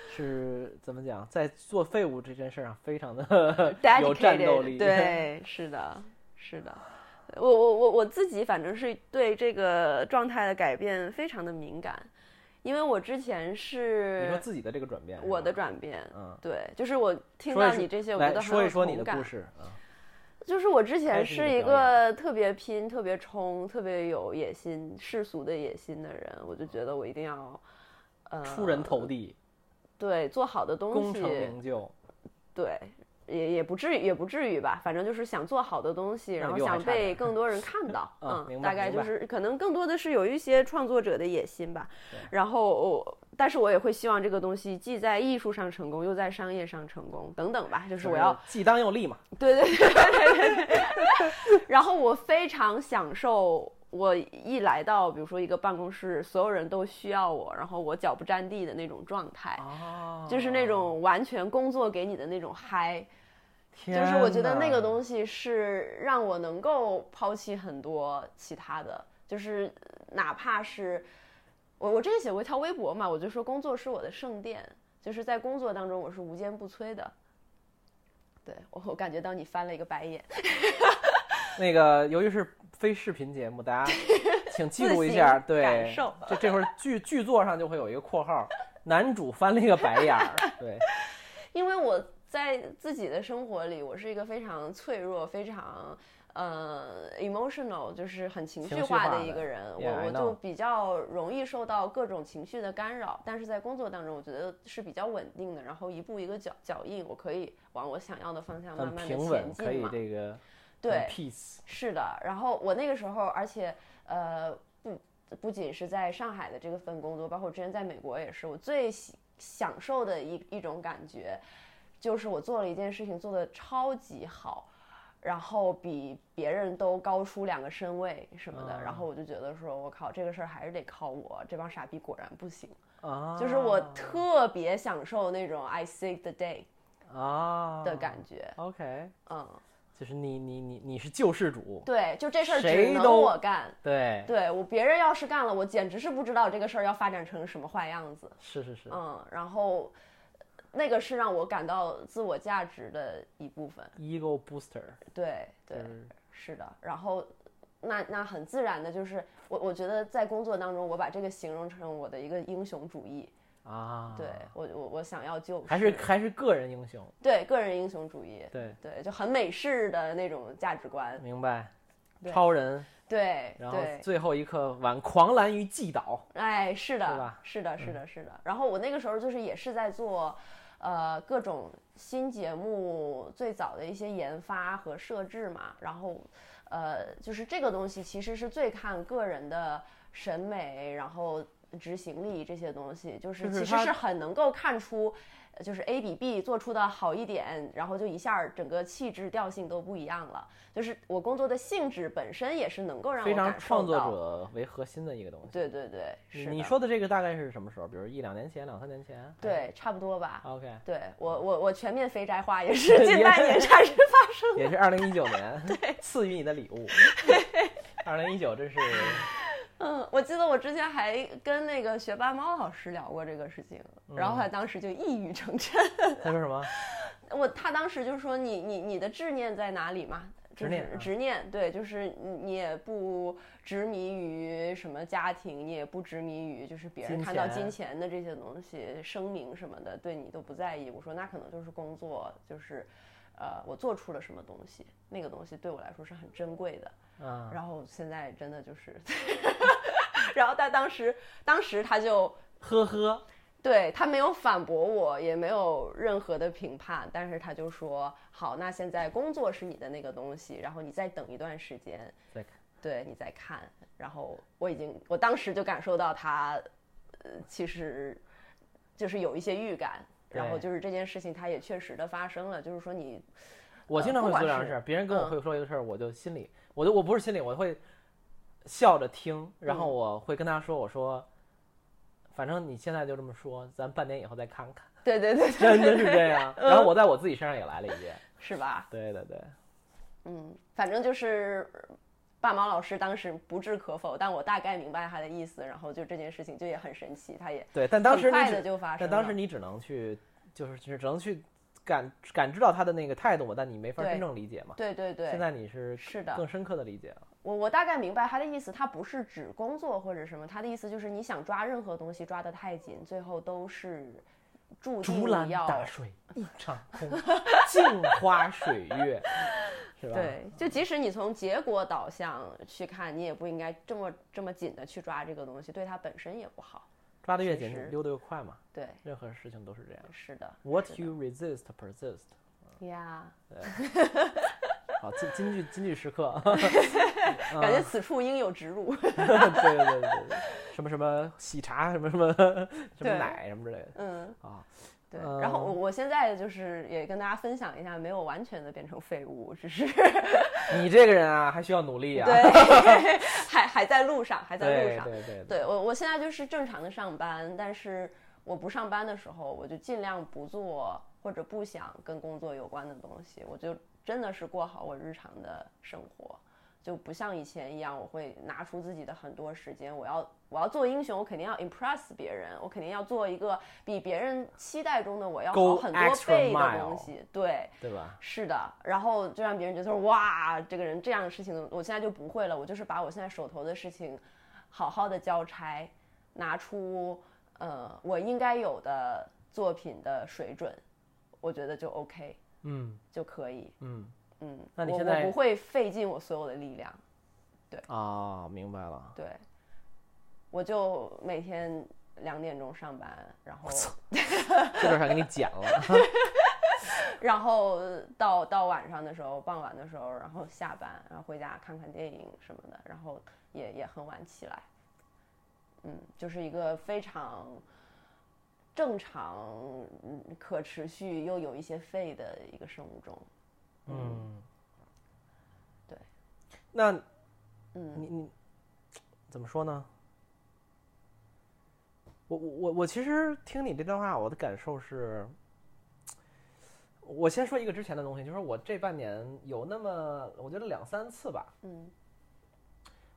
A: 是怎么讲，在做废物这件事上非 常的有
B: dedicated，
A: 战斗 力。，
B: 对，是的，是的。我我我我自己反正是对这个状态的改变非常的敏感，因为我之前
A: 你说
B: 是
A: 自己的这个转变，
B: 我的
A: 是吧，
B: 转变，
A: 嗯，
B: 对，就是我听
A: 说一
B: 到
A: 说
B: 你这些，我觉
A: 来
B: 得
A: 说
B: 很
A: 一
B: 有
A: 说你
B: 同
A: 的
B: 感
A: 故。事啊，
B: 就是我之
A: 开
B: 前
A: 始
B: 是
A: 你的
B: 一
A: 表
B: 个特别拼、特别冲、特别有野心、世俗的野心的人，我就觉得我一定要，呃，
A: 出人头地，
B: 对，做好的
A: 功
B: 呃东西
A: 成，名就。
B: 对，也也不至于，也不至于吧，反正就是想做好的东西，
A: 那
B: 然后
A: 比我还
B: 想
A: 差点
B: 被更 多人看到，
A: 啊明
B: 嗯，
A: 白
B: 大概
A: 明
B: 就
A: 白
B: 是可能更多的是有一些创作者的野心吧
A: 对，
B: 然后我。但是我也会希望这个东西既在艺术上成功，又在商业上成功，等等吧。就是我要
A: 既当又立嘛，
B: 对 对对对对对。 然后我非常享受，我一来到比如说一个办公室，所有人都需要我，然后我脚不沾地的那种状态，
A: 哦
B: 就是那，种完全工作给你的那种嗨。就是我觉得那个东西是让我能够抛弃很多其他的，就是哪怕是我我之前写过一条微博嘛，我就说工作是我的圣殿，就是在工作当中我是无坚不摧的。对我我感觉到你翻了一个白眼，
A: 西。那个由于是非视频节目， 大家请记
B: 自
A: 录一
B: 行
A: 下，对，
B: 感受
A: 这这会儿剧剧作上就会有一个括号，男主翻了一个白眼儿， 对，
B: 因为我在自己的生活里，我是一个非常脆弱、非常呃 emotional，就是很情绪
A: 情绪
B: 化
A: 化
B: 的
A: 的
B: 一个人。
A: Yeah,
B: 我
A: I
B: 我
A: know.
B: 就比较容易受到各种情绪的干扰，但是在工作当中，我觉得是比较稳定的，然后一步一个脚脚印，我可以往我想要的方向慢
A: 很
B: 慢的
A: 平稳，
B: 前
A: 可
B: 进
A: 以
B: 嘛。
A: 这个很
B: 对，
A: peace，
B: 是的，然后我那个时候，而且呃，不不仅是在上海的这个份工作，包括我之前在美国也是，我最喜享受的一一种感觉，就是我做了一件事情做得超级好，然后比别人都高出两个身位什么的，
A: 啊
B: 然后我就觉得说，我靠，这个事儿还是得靠我，这帮傻逼果然不行。
A: 啊，
B: 就是我特别享受那种 I save the day
A: 啊
B: 的感觉，
A: OK，
B: 嗯，
A: 就是你你你你是救世主，
B: 对，就这事儿
A: 谁
B: 只能
A: 都
B: 我干。
A: 对，
B: 对我别人要是干了，我简直是不知道这个事儿要发展成什么坏样子。
A: 是是是，
B: 嗯，然后那个是让我感到自我价值的一部分。
A: ego booster，
B: 对
A: 就
B: 对，
A: 是
B: 是的。然后那那很自然的就是我我觉得在工作当中，我把这个形容成我的一个英雄主义。
A: 啊，
B: 对我我我想要救世，
A: 还是还是个人英雄，
B: 对个人英雄主义。
A: 对，
B: 对，就很美式的那种价值观。
A: 明白，
B: 对
A: 超人，
B: 对，
A: 然后
B: 对
A: 最后一刻挽狂澜于既倒，
B: 哎，是
A: 是
B: 的
A: 吧，嗯
B: 是的，是的，是的。然后我那个时候就是也是在做，呃，各种新节目最早的一些研发和设置嘛，然后，呃，就是这个东西其实是最看个人的审美，然后执行力这些东西，就
A: 就
B: 是
A: 是
B: 其实
A: 它
B: 是很能够看出，呃就是 A 比 B 做出的好一点，然后就一下儿整个气质调性都不一样了。就是我工作的性质本身也是能够让
A: 非
B: 我
A: 常
B: 感
A: 创
B: 受
A: 作
B: 到。
A: 者为核心的一个东西。
B: 对对对，是
A: 你
B: 的
A: 说的这个大概是什么时候？比如一两年前、两三年前？
B: 对，差不多吧。
A: ，OK，
B: 对我我我全面肥宅化也是近半 年才是发生
A: 也是二零一九 年赐予你的礼物。二零一九真是
B: 嗯，我记得我之前还跟那个学霸猫老师聊过这个事情，然后他当时就一语成谶。
A: 他说什么？
B: 我他当时就说你你你的执念在哪里嘛？就
A: 执念
B: 是
A: 啊
B: 执念，对，就是你你也不执迷于什么家庭，你也不执迷于就是别人
A: 金
B: 看到
A: 钱
B: 金钱的这些东西、声明什么的，对你都不在意。我说那可能就是工作，就是，呃，我做出了什么东西，那个东西对我来说是很珍贵的。
A: 嗯，
B: 然后现在真的就是， 然后他当时当时他就
A: 呵呵，
B: 对他没有反驳我，也没有任何的评判，但是他就说好，那现在工作是你的那个东西，然后你再等一段时间，
A: 再看
B: 对你再看。然后我已经，我当时就感受到他，呃，其实就是有一些预感。然后
A: 对
B: 就是这件事情，它也确实的发生了，就是说你
A: 我经常
B: 嗯不
A: 会做
B: 管
A: 这样的
B: 是
A: 事儿，别人跟我
B: 嗯
A: 会说一个事儿，我就心里，我就我不是心里，我会笑着听，然后
B: 嗯
A: 我会跟他说，我说，反正你现在就这么说，咱半年以后再看看，
B: 对对 对对
A: 真的是这样。
B: 嗯
A: 然后我在我自己身上也来了一遍，
B: 是吧？
A: 对对对，
B: 嗯，反正就是呃霸毛老师当时不置可否，但我大概明白他的意思，然后就这件事情就也很神奇，他也
A: 对，但当时
B: 很
A: 你
B: 快
A: 只
B: 的就发生
A: 但
B: 了。
A: 当时你只能去，就是只只能去感感知到他的那个态度嘛，但你没法
B: 对
A: 真正理解嘛。
B: 对对
A: 现
B: 对，
A: 在你是
B: 是的
A: 更深刻的理解了。
B: 我我大概明白他的意思，他不是指工作或者什么，他的意思就是你想抓任何东西抓得太紧，最后都是注
A: 竹
B: 定
A: 篮
B: 要
A: 打 水一场空，镜花水 月，是吧？
B: 对，就即使你从结果导向去看，你也不应该这么这么紧的去抓这个东西，对它本身也不好。
A: 抓得越
B: 其实
A: 紧，溜得越快嘛。
B: 对，
A: 任何事情都是这样。
B: 是的
A: What
B: 是的
A: you resist persist。
B: 呀
A: 好，金金句金句时 刻。
B: 感觉此处应有植入。
A: 对对对对对，什么什么喜茶，什么什么什么
B: 对
A: 奶，什么之类的
B: 嗯，
A: 啊。
B: 对。
A: 嗯
B: 然后我我现在就是也跟大家分享一下，没有完全的变成废物，只是
A: 你这个人啊，还需要努力啊。
B: 对，还还在路上，还在路
A: 对
B: 上。
A: 对对
B: 对我我现在就是正常的上班，但是我不上班的时候，我就尽量不做或者不想跟工作有关的东西，我就真的是过好我日常的生活。就不像以前一样，我会拿出自己的很多时间，我要我要做英雄，我肯定要 impress 别人，我肯定要做一个比别人期待中的我要
A: Go
B: 好很多
A: extra
B: 倍的
A: mile
B: 东西。对，
A: 对吧？
B: 是的，然后就让别人觉得说哇，这个人这样的事情，我现在就不会了。我就是把我现在手头的事情，好好的交差，拿出呃我应该有的作品的水准，我觉得就 OK
A: 嗯
B: 就可以。
A: 嗯。
B: 嗯，
A: 那你
B: 我
A: 现在
B: 我不会费尽我所有的力量，
A: 啊，明白了。
B: 对，我就每天两点钟上班，然后
A: 这段儿想给你剪了。
B: 然后到到晚上的时候，傍晚的时候，然后下班，然后回家看看电影什么的，然后也也很晚起来。嗯，就是一个非常正常、嗯可持续又有一些废的一个生物钟。
A: 嗯，
B: 对。
A: 那
B: 嗯
A: 你你怎么说呢？我我我我其实听你这段话，我的感受是，我先说一个之前的东西，就是我这半年有那么我觉得两三次吧，
B: 嗯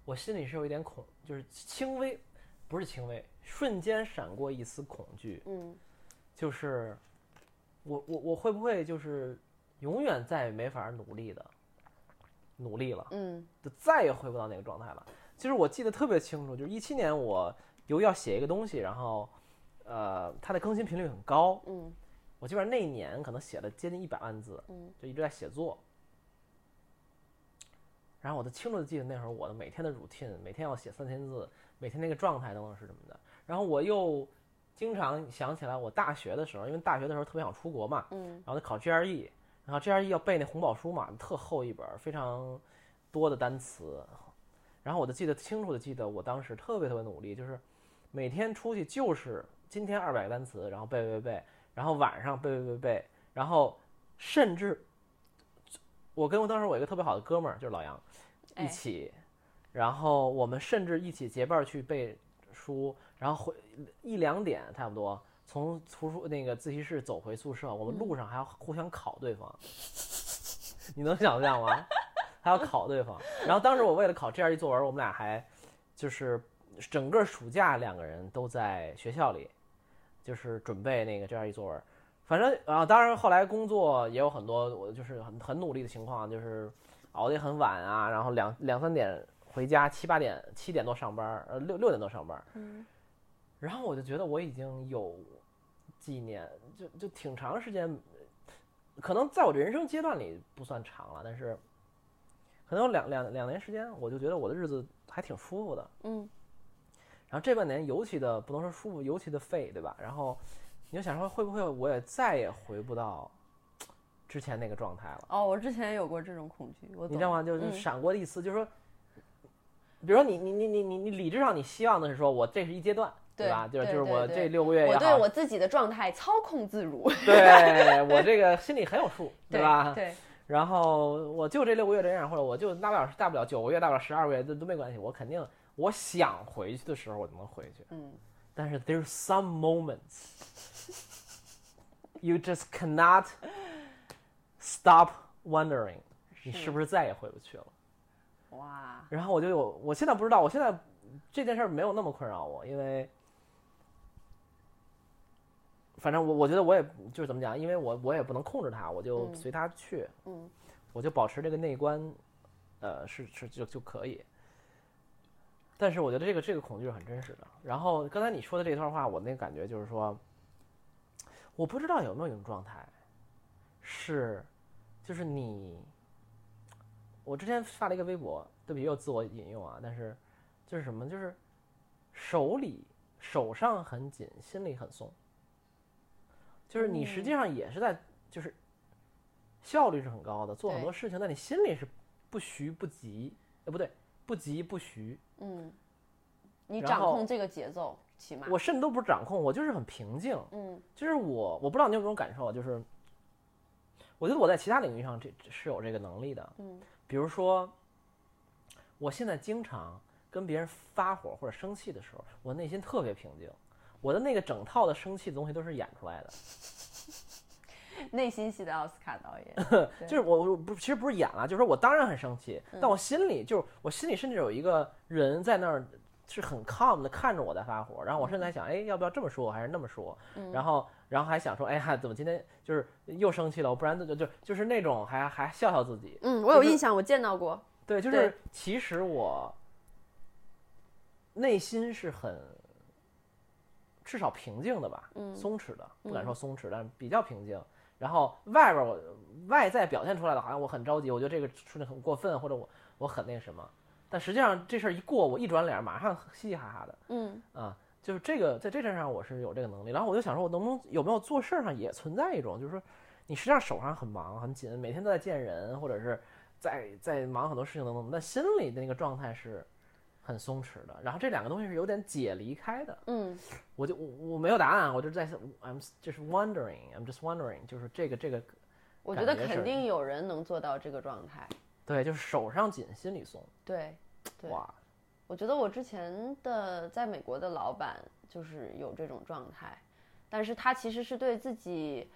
A: 我心里是有一点恐，就是轻微，不是轻微，瞬间闪过一丝恐惧，
B: 嗯
A: 就是我我我会不会就是永远再也没法努力的努力了，
B: 嗯
A: 就再也恢复到那个状态了。就是我记得特别清楚，就是一七年我由于要写一个东西，然后呃它的更新频率很高，
B: 嗯
A: 我基本上那一年可能写了接近一百万字，
B: 嗯
A: 就一直在写作。然后我都清楚的记得那会儿我的每天的 routine，每天要写三千字，每天那个状态等等是什么的。然后我又经常想起来我大学的时候，因为大学的时候特别想出国嘛，
B: 嗯，
A: 然后就考 GRE，然后 GRE 要背那红宝书嘛，特厚一本，非常多的单词。然后我就记得清楚的记得，我当时特别特别努力，就是每天出去就是今天二百个单词，然后背背背，然后晚上背背背背，然后甚至我跟我当时我一个特别好的哥们儿就是老杨
B: 哎
A: 一起，然后我们甚至一起结伴儿去背书，然后回一两点差不多从图书那个自习室走回宿舍，我们路上还要互相考对方， 你能想象吗？还要考对方。然后当时我为了考 GRE 作文，我们俩还就是整个暑假两个人都在学校里，就是准备那个 GRE 作文。反正啊，当然后来工作也有很多，我就是很很努力的情况，就是熬得很晚啊，然后两两三点回家，七八点七点多上班，呃六六点多上班。
B: 嗯
A: 然后我就觉得我已经有几年，就就挺长时间，可能在我的人生阶段里不算长了，但是可能有两两两年时间，我就觉得我的日子还挺舒服的。
B: 嗯
A: 然后这半年尤其的不能说舒服，尤其的废，对吧？然后你就想说，会不会我也再也回不到之前那个状态了？
B: 哦，我之前有过这种恐惧，我
A: 你知道
B: 懂
A: 吗？就
B: 嗯
A: 是闪过的一丝，就是说，比如说你你你你你你理智上你希望的是说我这是一阶段，
B: 对
A: 吧？就是
B: 对
A: 就是
B: 对
A: 我
B: 对
A: 这六个月也
B: 我
A: 好，
B: 对我自己的状态操控自如，
A: 对我这个心里很有数， 对吧？
B: 对，
A: 然后我就这六个月这样，或者我就大不了大不了九个月，大不了十二个月，这都没关系。我肯定我想回去的时候我就能回去。
B: 嗯，
A: 但是 there's some moments you just cannot stop wondering，你是不是再也回不去了？
B: 哇，
A: 然后我就有，我现在不知道，我现在这件事儿没有那么困扰我，因为反正我我觉得我也就是怎么讲，因为我我也不能控制它，我就
B: 嗯
A: 随它去，
B: 嗯，
A: 我就保持这个内观，呃，是是就就可以。但是我觉得这个这个恐惧是很真实的。然后刚才你说的这段话，我那个感觉就是说，我不知道有没有一种状态，是就是你，我之前发了一个微博，对不起又自我引用啊，但是就是什么就是手里手上很紧，心里很松，就是你实际上也是在就是效率是很高的，做很
B: 对
A: 多事情，但你心里是不徐不急，呃不对，不急不徐，
B: 嗯，你
A: 然
B: 掌
A: 后
B: 控这个节奏，起码，
A: 我甚至都不是掌控，我就是很平静，
B: 嗯
A: 就是我，我不知道你有没有这种感受，啊就是我觉得我在其他领域上这这是有这个能力的，
B: 嗯
A: 比如说，我现在经常跟别人发火或者生气的时候，我内心特别平静，我的那个整套的生气的东西都是演出来的，
B: 内心戏的奥斯卡导 演，对
A: 就是我我不其实不是演了，就是说我当然很生气，但我心里就是我心里甚至有一个人在那儿是很 calm 的看着我在发火，然后我甚至还想，哎，要不要这么说还是那么说？然后然后还想说，哎呀，怎么今天就是又生气了？不然就就就就是那种还还笑笑自己，
B: 嗯，我
A: 就
B: 有
A: 是
B: 印象，我见到过，
A: 对，就
B: 对
A: 是其实我内心是很至少平静的吧，
B: 嗯
A: 松弛的，不敢
B: 嗯
A: 说松弛，但是比较平静。然后外边我外在表现出来的，好像我很着急，我觉得这个处理很过分，或者我我很那什么，但实际上这事儿一过，我一转脸，马上嘻嘻哈哈的
B: 嗯
A: 啊。就是这个，在这事儿上我是有这个能力，然后我就想说，我能不能有没有做事儿上也存在一种，就是说，你实际上手上很忙很紧，每天都在见人，或者是在在忙很多事情等等，但心里的那个状态是很松弛的。然后这两个东西是有点解离开的。
B: 嗯
A: 我就我我没有答案，啊我就在想，I'm 就是 wondering，I'm just wondering，就是这个这个，
B: 我觉得
A: 感觉
B: 肯
A: 是
B: 定有人能做到这个状态，
A: 对，就是手上紧，心里松。
B: 对，对
A: 哇，
B: 我觉得我之前的在美国的老板就是有这种状态，但是他其实是对自己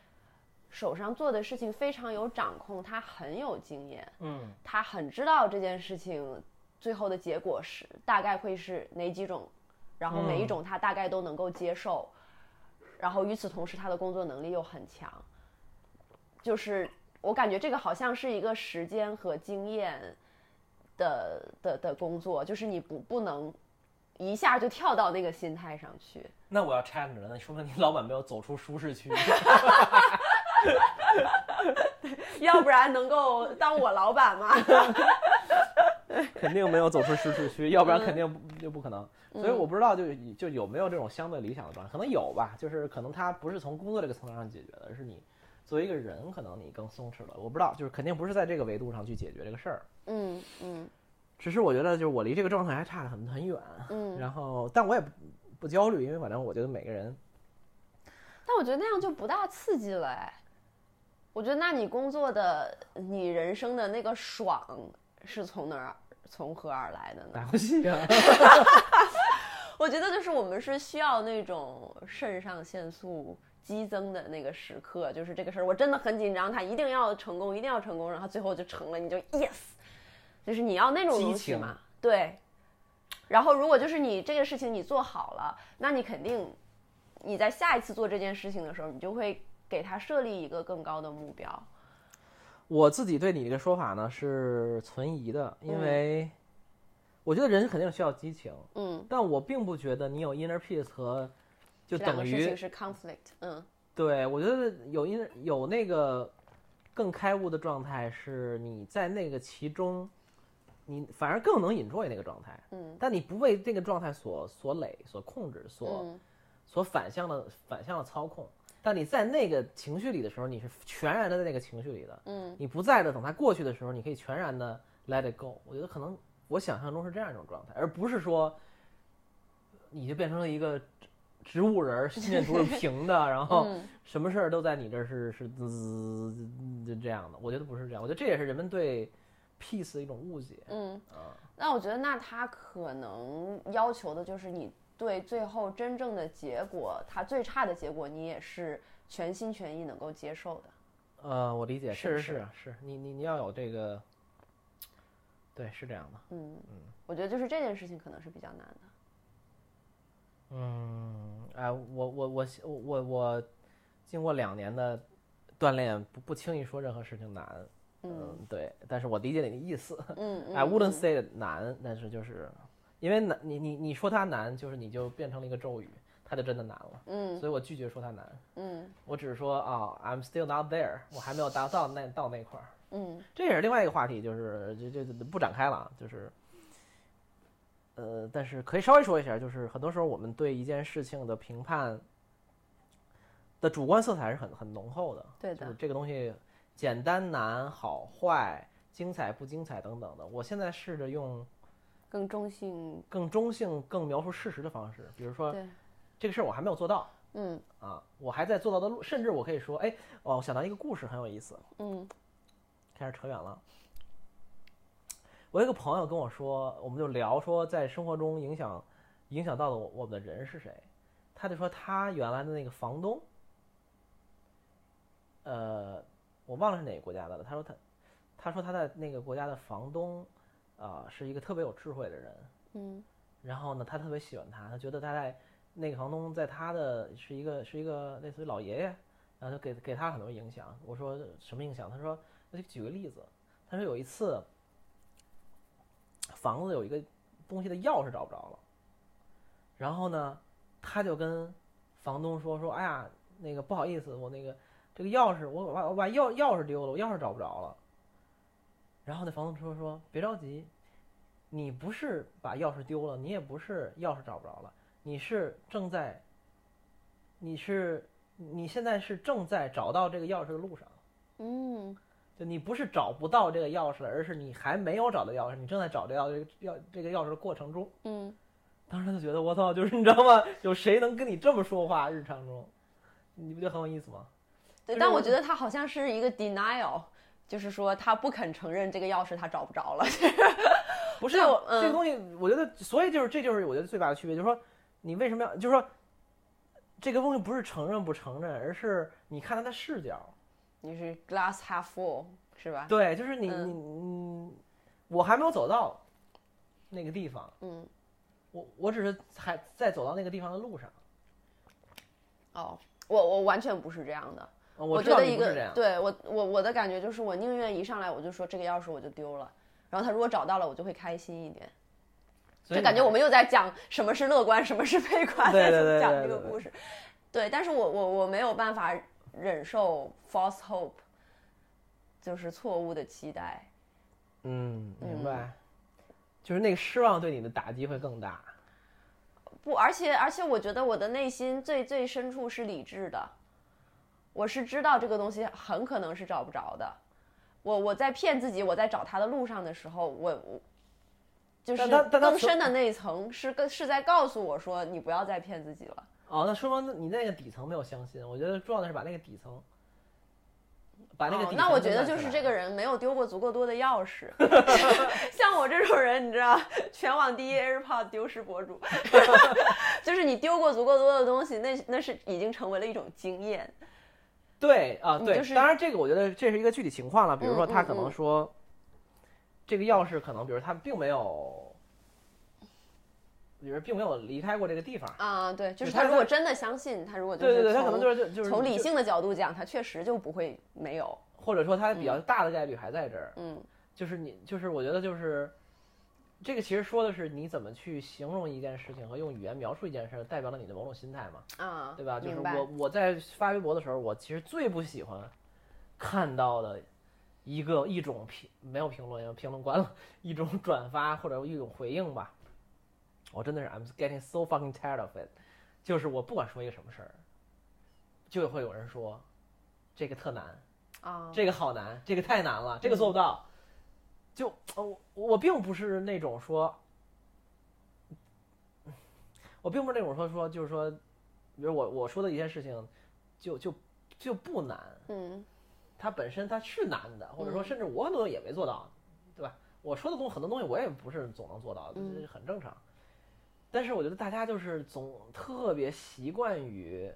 B: 手上做的事情非常有掌控，他很有经验，
A: 嗯
B: 他很知道这件事情最后的结果是大概会是哪几种，然后每一
A: 嗯
B: 种他大概都能够接受，然后与此同时他的工作能力又很强，就是我感觉这个好像是一个时间和经验的的的工作，就是你不不能一下就跳到那个心态上去，
A: 那我要 challenge 了，那说明你老板没有走出舒适 区。
B: 要不然能够当我老板吗？
A: 肯定没有走出舒适区，要不然肯定不就不可能。所以我不知道就就有没有这种相对理想的状态，可能有吧，就是可能它不是从工作这个层面上解决的，而是你作为一个人，可能你更松弛了。我不知道，就是肯定不是在这个维度上去解决这个事儿。
B: 嗯嗯
A: 只是我觉得就是我离这个状态还差得很很远，
B: 嗯。
A: 然后但我也不不焦虑，因为反正我觉得每个人
B: 但我觉得那样就不大刺激了哎。我觉得那你工作的、你人生的那个爽是从哪儿、从何而来的呢？
A: 打游戏啊，
B: 我觉得就是我们是需要那种肾上腺素激增的那个时刻，就是这个事儿我真的很紧张，它一定要成功，一定要成功，然后最后就成了，你就 yes，就是你要那种
A: 激
B: 东西
A: 情
B: 嘛，对。然后如果就是你这个事情你做好了，那你肯定你在下一次做这件事情的时候，你就会给它设立一个更高的目标。
A: 我自己对你这个说法呢是存疑的，因为我觉得人肯定需要激情，
B: 嗯，
A: 但我并不觉得你有 inner peace 和就
B: 这两个
A: 等
B: 事
A: 于
B: 情是 conflict。嗯
A: 对我觉得有 inner 有那个更开悟的状态是你在那个其中，你反而更能 enjoy 那个状态，
B: 嗯
A: 但你不为这个状态所所累、所控制、所、
B: 嗯
A: 所反向的反向的操控。但你在那个情绪里的时候，你是全然的在那个情绪里的，
B: 嗯
A: 你不在的，等它过去的时候，你可以全然的 let it go。我觉得可能我想象中是这样一种状态，而不是说你就变成了一个植植物人儿，心电图是平的，然后
B: 嗯
A: 什么事儿都在你这儿是是滋滋滋就这样的。我觉得不是这样，我觉得这也是人们对 peace 的一种误解
B: 嗯。
A: 啊。
B: 那我觉得，那他可能要求的就是你对最后真正的结果，他最差的结果，你也是全心全意能够接受的。
A: 呃，我理解，
B: 是不
A: 确实
B: 是
A: 是是，你你你要有这个，对，是这样的。
B: 嗯我觉得就是这件事情可能是比较难的。
A: 嗯，哎，我我我我我经过两年的锻炼，不不轻易说任何事情难。
B: 嗯，
A: 对，但是我理解你的意思。
B: 嗯嗯
A: 呃 I wouldn't
B: 嗯
A: say it 难，但是就是因为难，你你你说它难，就是你就变成了一个咒语，它就真的难了。
B: 嗯
A: 所以我拒绝说它难，
B: 嗯
A: 我只是说啊、i m still not there，我还没有达到那到那块儿。
B: 嗯
A: 这也是另外一个话题，就是这这这不展开了，啊，就是，呃，但是可以稍微说一下，就是很多时候我们对一件事情的评判的主观色彩是很很浓厚的，
B: 对
A: 就
B: 的
A: 是这个东西简单难、好坏、精彩不精彩等等的。我现在试着用
B: 更中性。
A: 更中性、更描述事实的方式，比如说
B: 对，
A: 这个事儿我还没有做到
B: 嗯
A: 啊，我还在做到的路，甚至我可以说，哎，哦，我想到一个故事很有意思，
B: 嗯
A: 开始扯远了。我有一个朋友跟我说，我们就聊说在生活中影响影响到了我我们的人是谁，他就说他原来的那个房东，呃，我忘了是哪个国家的了。他说他他说他在那个国家的房东啊、是一个特别有智慧的人，
B: 嗯
A: 然后呢，他特别喜欢他，他觉得他在那个房东在他的是一个是一个类似于老爷爷，然后就给给他很多影响。我说什么影响？他说那就举个例子，他说有一次房子有一个东西的钥匙找不着了，然后呢，他就跟房东说说，哎呀，那个不好意思，我那个这个钥匙我把我把钥钥匙丢了，我钥匙找不着了。然后那房东说说别着急，你不是把钥匙丢了，你也不是钥匙找不着了，你是正在，你是你现在是正在找到这个钥匙的路上，
B: 嗯
A: 就你不是找不到这个钥匙，而是你还没有找到钥匙，你正在找到这个钥这个钥匙的过程中。
B: 嗯，
A: 当时他就觉得我操，就是你知道吗？有谁能跟你这么说话？日常中，你不觉得很有意思吗？就
B: 对。
A: 是
B: 但我觉得他好像是一个 denial，就是说他不肯承认这个钥匙他找不着了。
A: 不是
B: 对
A: 啊
B: 我嗯
A: 这个东西，我觉得，所以就是这就是我觉得最大的区别，就是说你为什么要，就是说这个东西不是承认不承认，而是你看他的视角。
B: 你是 glass half full 是吧？
A: 对，就是你、
B: 嗯
A: 你你，我还没有走到那个地方，
B: 嗯
A: 我我只是还在走到那个地方的路上。
B: 哦，我我完全不是这样的。
A: 呃
B: 我
A: 知
B: 觉
A: 道
B: 得
A: 你
B: 一
A: 不
B: 个
A: 是这样，
B: 对我我我的感觉就是，我宁愿一上来我就说这个钥匙我就丢了，然后他如果找到了，我就会开心一点。
A: 所以
B: 就
A: 你
B: 感觉
A: 还
B: 我们又在讲什么是乐观，什么是悲观，
A: 对
B: 在
A: 对对
B: 讲
A: 对
B: 这个
A: 对对
B: 故事。对，但是我我我没有办法忍受 false hope，就是错误的期待。
A: 嗯明白。就是那个失望对你的打击会更大。
B: 不，而且而且，我觉得我的内心最最深处是理智的，我是知道这个东西很可能是找不着的。我我在骗自己，我在找他的路上的时候，我我就是
A: 但他但他
B: 更
A: 所
B: 深的那一层是更是在告诉我说，你不要再骗自己了。
A: 哦，那说明那你那个底层没有相信，我觉得重要的是把那个底层，把那个
B: 哦
A: 底层弄出来、
B: 那我觉得就是这个人没有丢过足够多的钥匙， 像我这种人，你知道，全网第一 AirPod 丢失博主， 就是你丢过足够多的东西，那那是已经成为了一种经验。
A: 对啊，
B: 你
A: 对，
B: 嗯就是
A: 当然这个我觉得这是一个具体情况了，比如说
B: 嗯
A: 他
B: 嗯
A: 可
B: 嗯
A: 能说，这个钥匙可能，比如他并没有，比如并没有离开过这个地方，
B: 啊，对，就是
A: 对
B: 他
A: 他
B: 如果
A: 他
B: 真的相信，他如果就
A: 对
B: 是
A: 对对，他
B: 从
A: 可能就是就是
B: 从理
A: 就
B: 性的角度讲，他确实就不会没有。
A: 或者说他比较大的概率还在这儿，
B: 嗯
A: 就是你就是我觉得就是。这个其实说的是你怎么去形容一件事情和用语言描述一件事，代表了你的某种心态嘛。
B: 啊，
A: 对吧？就是
B: 明白
A: 我我在发微博的时候，我其实最不喜欢看到的一个一种评没有评论，因为评论关了，一种转发或者一种回应吧。我真的是 I'm getting so fucking tired of it，就是我不管说一个什么事儿，就会有人说这个特难，
B: 啊，
A: 这个好难，这个太难了，这个做不到。嗯就呃我我并不是那种说，我并不是那种说说就是说，比如我我说的一件事情，就就就不难，
B: 嗯
A: 它本身它是难的，或者说
B: 嗯
A: 甚至我很多东西也没做到，对吧？我说的东很多东西我也不是总能做到的，
B: 嗯
A: 这是很正常。但是我觉得大家就是总特别习惯于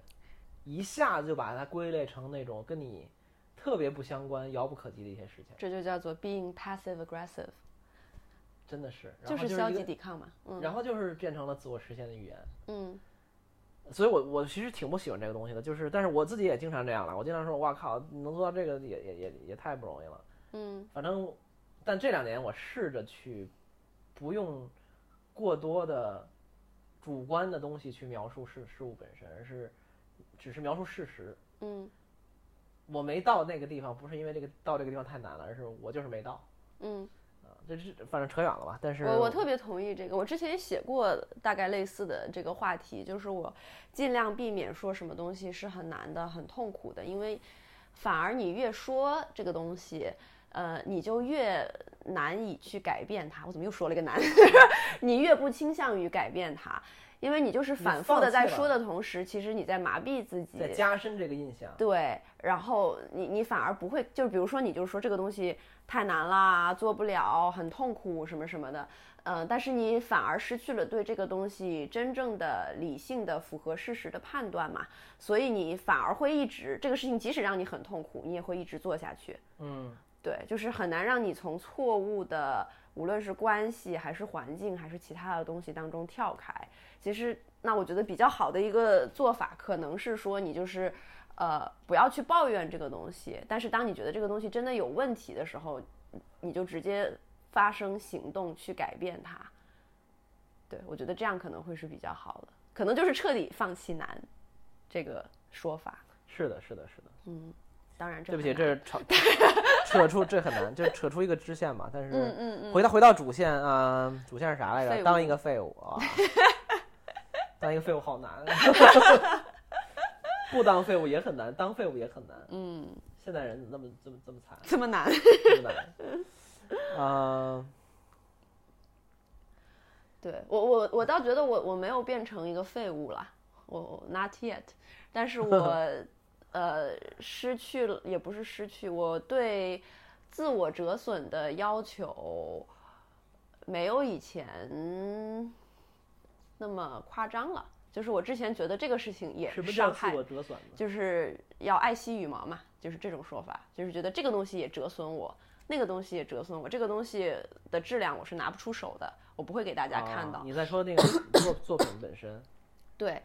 A: 一下子就把它归类成那种跟你特别不相关、遥不可及的一些事情，
B: 这就叫做 being passive aggressive，
A: 真的是。然
B: 就
A: 后就是是
B: 消
A: 一
B: 极
A: 个
B: 抵抗嘛。嗯
A: 然后就是变成了自我实现的语言。
B: 嗯
A: 所以我我其实挺不喜欢这个东西的，就是但是我自己也经常这样了，我经常说，哇靠，能做到这个也也也也太不容易了。
B: 嗯
A: 反正，但这两年我试着去不用过多的主观的东西去描述事事物本身，而是只是描述事实。
B: 嗯
A: 我没到那个地方，不是因为这个到这个地方太难了，而是我就是没到
B: 嗯，
A: 啊。这是反正扯远了吧？但是
B: 我我特别同意这个。我之前也写过大概类似的这个话题，就是我尽量避免说什么东西是很难的、很痛苦的，因为反而你越说这个东西，呃，你就越难以去改变它。我怎么又说了一个难？ 你越不倾向于改变它，因为你就是反复的
A: 放
B: 在
A: 弃了
B: 说的同时，其实你在麻痹自己，
A: 在加深这个印象。
B: 对，然后你你反而不会，就比如说你就说这个东西太难啦，做不了，很痛苦什么什么的，呃，但是你反而失去了对这个东西真正的理性的符合事实的判断嘛，所以你反而会一直这个事情，即使让你很痛苦，你也会一直做下去。
A: 嗯，
B: 对，就是很难让你从错误的，无论是关系还是环境还是其他的东西当中跳开。其实，那我觉得比较好的一个做法，可能是说你就是，呃，不要去抱怨这个东西，但是当你觉得这个东西真的有问题的时候，你就直接发生行动去改变它。对，我觉得这样可能会是比较好的，可能就是彻底放弃难这个说法。
A: 是的，是的，是的。
B: 嗯，当然这
A: 对不起，
B: 很
A: 这
B: 难
A: 是扯 扯出这很难，就扯出一个支线嘛。但
B: 嗯
A: 是
B: 嗯嗯，
A: 回到回到主线啊、主线是啥来
B: 废
A: 着？
B: 物
A: 当一个废物 啊，当一个废物好难啊。 不当废物也很难，当废物也很难。
B: 嗯
A: 现在人怎么那么这么这么惨，
B: 这么难。
A: 这么难？ 啊、
B: 对我我我倒觉得我我没有变成一个废物啦，我我 not yet，但是 我呃失去了也不是失去，我对自我折损的要求没有以前那么夸张了。就是我之前觉得这个事情也
A: 什
B: 是
A: 么
B: 伤
A: 叫自
B: 害，
A: 我折损呢？
B: 就是要爱惜羽毛嘛，就是这种说法，就是觉得这个东西也折损我，那个东西也折损我，这个东西的质量我是拿不出手的，我不会给大家看到。
A: 啊你在说那个作作品本身，
B: 对，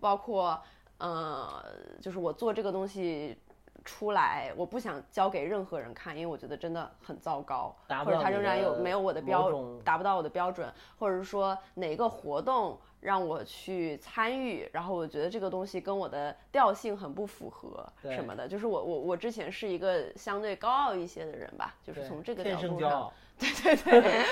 B: 包括呃，就是我做这个东西出来，我不想交给任何人看，因为我觉得真的很糟糕，
A: 达不
B: 或者
A: 到
B: 它
A: 你
B: 仍然有
A: 的
B: 没有我的
A: 某
B: 标
A: 种
B: 达不到我的标准，或者是说哪个活动让我去参与，然后我觉得这个东西跟我的调性很不符合
A: 对
B: 什么的，就是我我我之前是一个相对高傲一些的人吧，就是
A: 对
B: 从这个角
A: 天生
B: 度
A: 骄
B: 上，
A: 傲，
B: 对对对，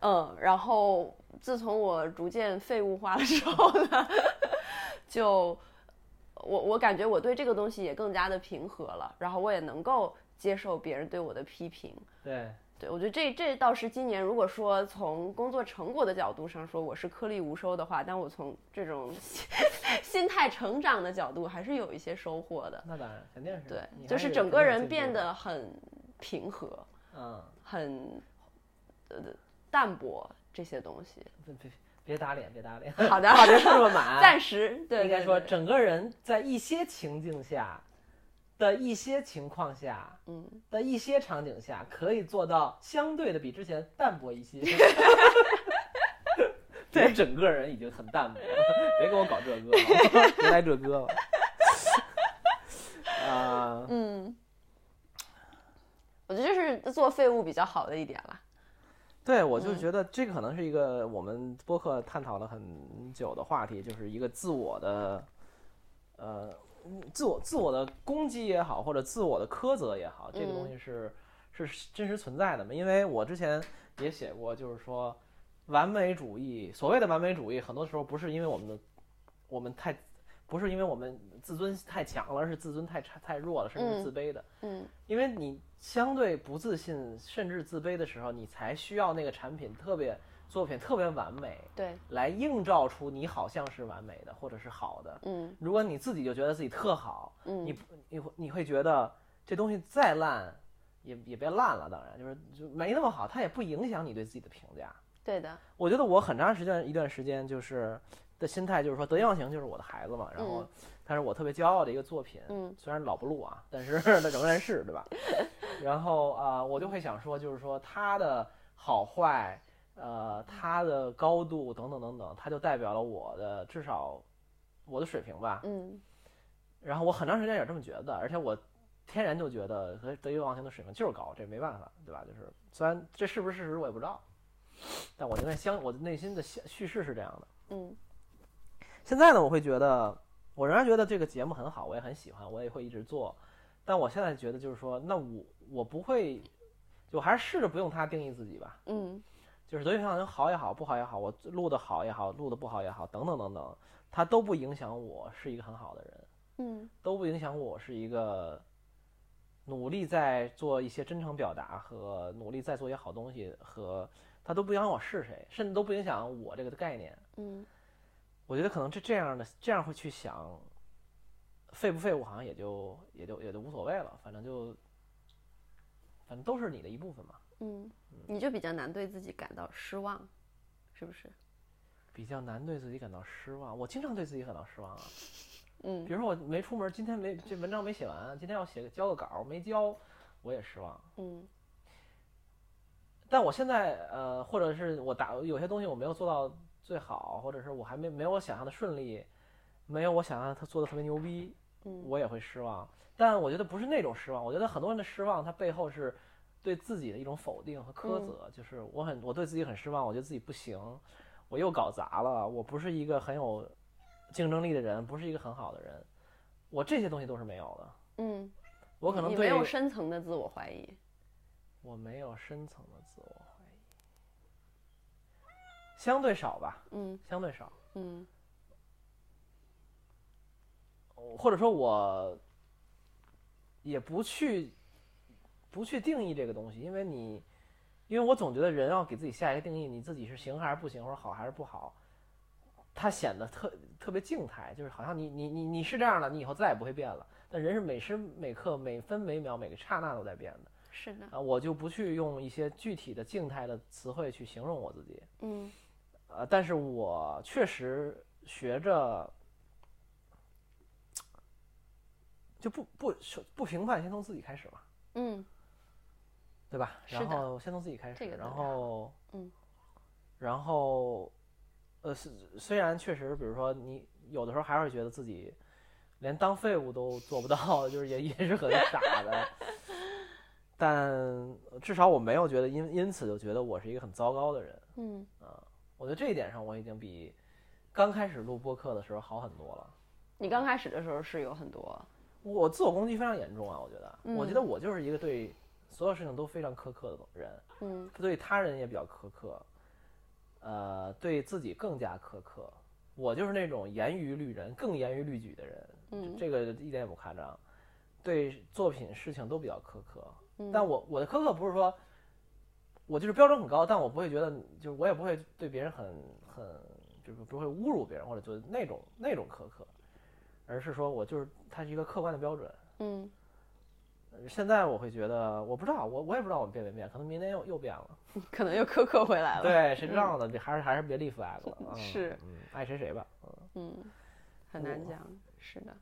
B: 嗯，然后自从我逐渐废物化了之后呢， 就我我感觉我对这个东西也更加的平和了，然后我也能够接受别人对我的批评。
A: 对
B: 对，我觉得这这倒是今年，如果说从工作成果的角度上说，我是颗粒无收的话，但我从这种心 心态成长的角度，还是有一些收获的。
A: 那当然肯定是
B: 对，
A: 你
B: 就
A: 还是有
B: 是整
A: 很
B: 个
A: 有
B: 人
A: 进步
B: 变
A: 的
B: 得很平和，
A: 嗯，
B: 很呃淡薄这些东西。
A: 别别别打脸，别打脸，
B: 好的，
A: 话别说这么满，
B: 暂时对，
A: 嗯应该
B: 对
A: 说，
B: 对
A: 整个人在一些情境下的一些情况下
B: 嗯，
A: 的一些场景下，可以做到相对的比之前淡薄一些。 对，整个人已经很淡薄了，别跟我搞这个了， 别来这个了。啊、
B: 嗯我觉得这是做废物比较好的一点了。
A: 对，我就觉得这个可能是一个我们播客探讨了很久的话题，就是一个自我的，呃，嗯自我自我的攻击也好，或者自我的苛责也好，这个东西是、是真实存在的嘛？因为我之前也写过，就是说完美主义，所谓的完美主义，很多时候不是因为我们的我们太不是因为我们自尊太强了，而是自尊太差太弱了，甚至
B: 嗯
A: 是自卑的。
B: 嗯
A: 因为你相对不自信甚至自卑的时候，你才需要那个产品特别作品特别完美，
B: 对，
A: 来映照出你好像是完美的或者是好的。
B: 嗯
A: 如果你自己就觉得自己特好，
B: 嗯
A: 你不你会你会觉得这东西再烂也也别烂了，当然就是就没那么好，它也不影响你对自己的评价。
B: 对的，
A: 我觉得我很长时间一段时间就是的心态就是说得意忘形就是我的孩子嘛，然后
B: 嗯
A: 它是我特别骄傲的一个作品，
B: 嗯
A: 虽然老不录啊，但是它仍然是对吧？然后啊、我就会想说，就是说它的好坏，呃，它的高度等等等等，它就代表了我的至少我的水平吧。
B: 嗯
A: 然后我很长时间也是这么觉得，而且我天然就觉得和得意忘形的水平就是高，这没办法，对吧？就是虽然这是不是事实我也不知道，但我应该相我的内心的相叙事是这样的。
B: 嗯
A: 现在呢，我会觉得，我仍然觉得这个节目很好，我也很喜欢，我也会一直做。但我现在觉得就是说，那我我不会，就还是试着不用它定义自己吧。
B: 嗯
A: 就是德云社能好也好，不好也好，我录的好也好，录的不好也好，等等等等，它都不影响我是一个很好的人，
B: 嗯
A: 都不影响我是一个努力在做一些真诚表达和努力在做一些好东西和。它都不影响我是谁，甚至都不影响我这个概念。
B: 嗯
A: 我觉得可能这这样的这样会去想，废不废物好像也就也就也就无所谓了，反正就反正都是你的一部分嘛，
B: 嗯，你就比较难对自己感到失望，是不是？
A: 比较难对自己感到失望。我经常对自己感到失望啊，
B: 嗯
A: 比如说我没出门，今天没这文章没写完，今天要写个交个稿没交，我也失望。
B: 嗯
A: 但我现在呃，或者是我打有些东西我没有做到最好，或者是我还没没有我想象的顺利，没有我想象他做的特别牛逼，
B: 嗯
A: 我也会失望。但我觉得不是那种失望，我觉得很多人的失望，他背后是对自己的一种否定和苛责，
B: 嗯
A: 就是我很我对自己很失望，我觉得自己不行，我又搞砸了，我不是一个很有竞争力的人，不是一个很好的人，我这些东西都是没有的。
B: 嗯，
A: 我可能
B: 你
A: 对
B: 没有深层的自我怀疑。
A: 我没有深层的自我怀疑，相对少吧，
B: 嗯
A: 相对少。
B: 嗯
A: 或者说我也不去不去定义这个东西，因为你，因为我总觉得人要给自己下一个定义，你自己是行还是不行，或者好还是不好，它显得特特别静态，就是好像你你你你是这样的，你以后再也不会变了。但人是每时每刻、每分每秒、每个刹那都在变的
B: 是的，
A: 啊！我就不去用一些具体的静态的词汇去形容我自己，
B: 嗯
A: 呃，但是我确实学着就不不不评判，先从自己开始嘛，
B: 嗯
A: 对吧？
B: 是
A: 然
B: 的
A: 后先从自己开始，
B: 这个
A: 然
B: 当然
A: 后
B: 嗯，
A: 然后呃，虽虽然确实，比如说你有的时候还会觉得自己连当废物都做不到， 就是也也是很傻的， 但至少我没有觉得因因此就觉得我是一个很糟糕的人。
B: 嗯
A: 我觉得这一点上我已经比刚开始录播客的时候好很多了。
B: 你刚开始的时候是有很多，
A: 我自我攻击非常严重啊，我觉得，
B: 嗯
A: 我觉得我就是一个对所有事情都非常苛刻的人，
B: 嗯
A: 对他人也比较苛刻，呃，对自己更加苛刻。我就是那种严于律人，更严于律己的人，
B: 嗯
A: 这个一点也不夸张。对作品、事情都比较苛刻，
B: 嗯。
A: 但我我的苛刻不是说，我就是标准很高，但我不会觉得，就是我也不会对别人很很，就是不会侮辱别人或者就那种那种苛刻，而是说我就是它是一个客观的标准。
B: 嗯，
A: 呃现在我会觉得，我不知道，我我也不知道我变没变，可能明年又又变了。
B: 可能又苛刻回来了。，
A: 对，啊谁知道呢？还是还是别立 flag 了。嗯
B: 嗯是，
A: 嗯，爱谁谁吧。
B: 嗯，很难讲。是的，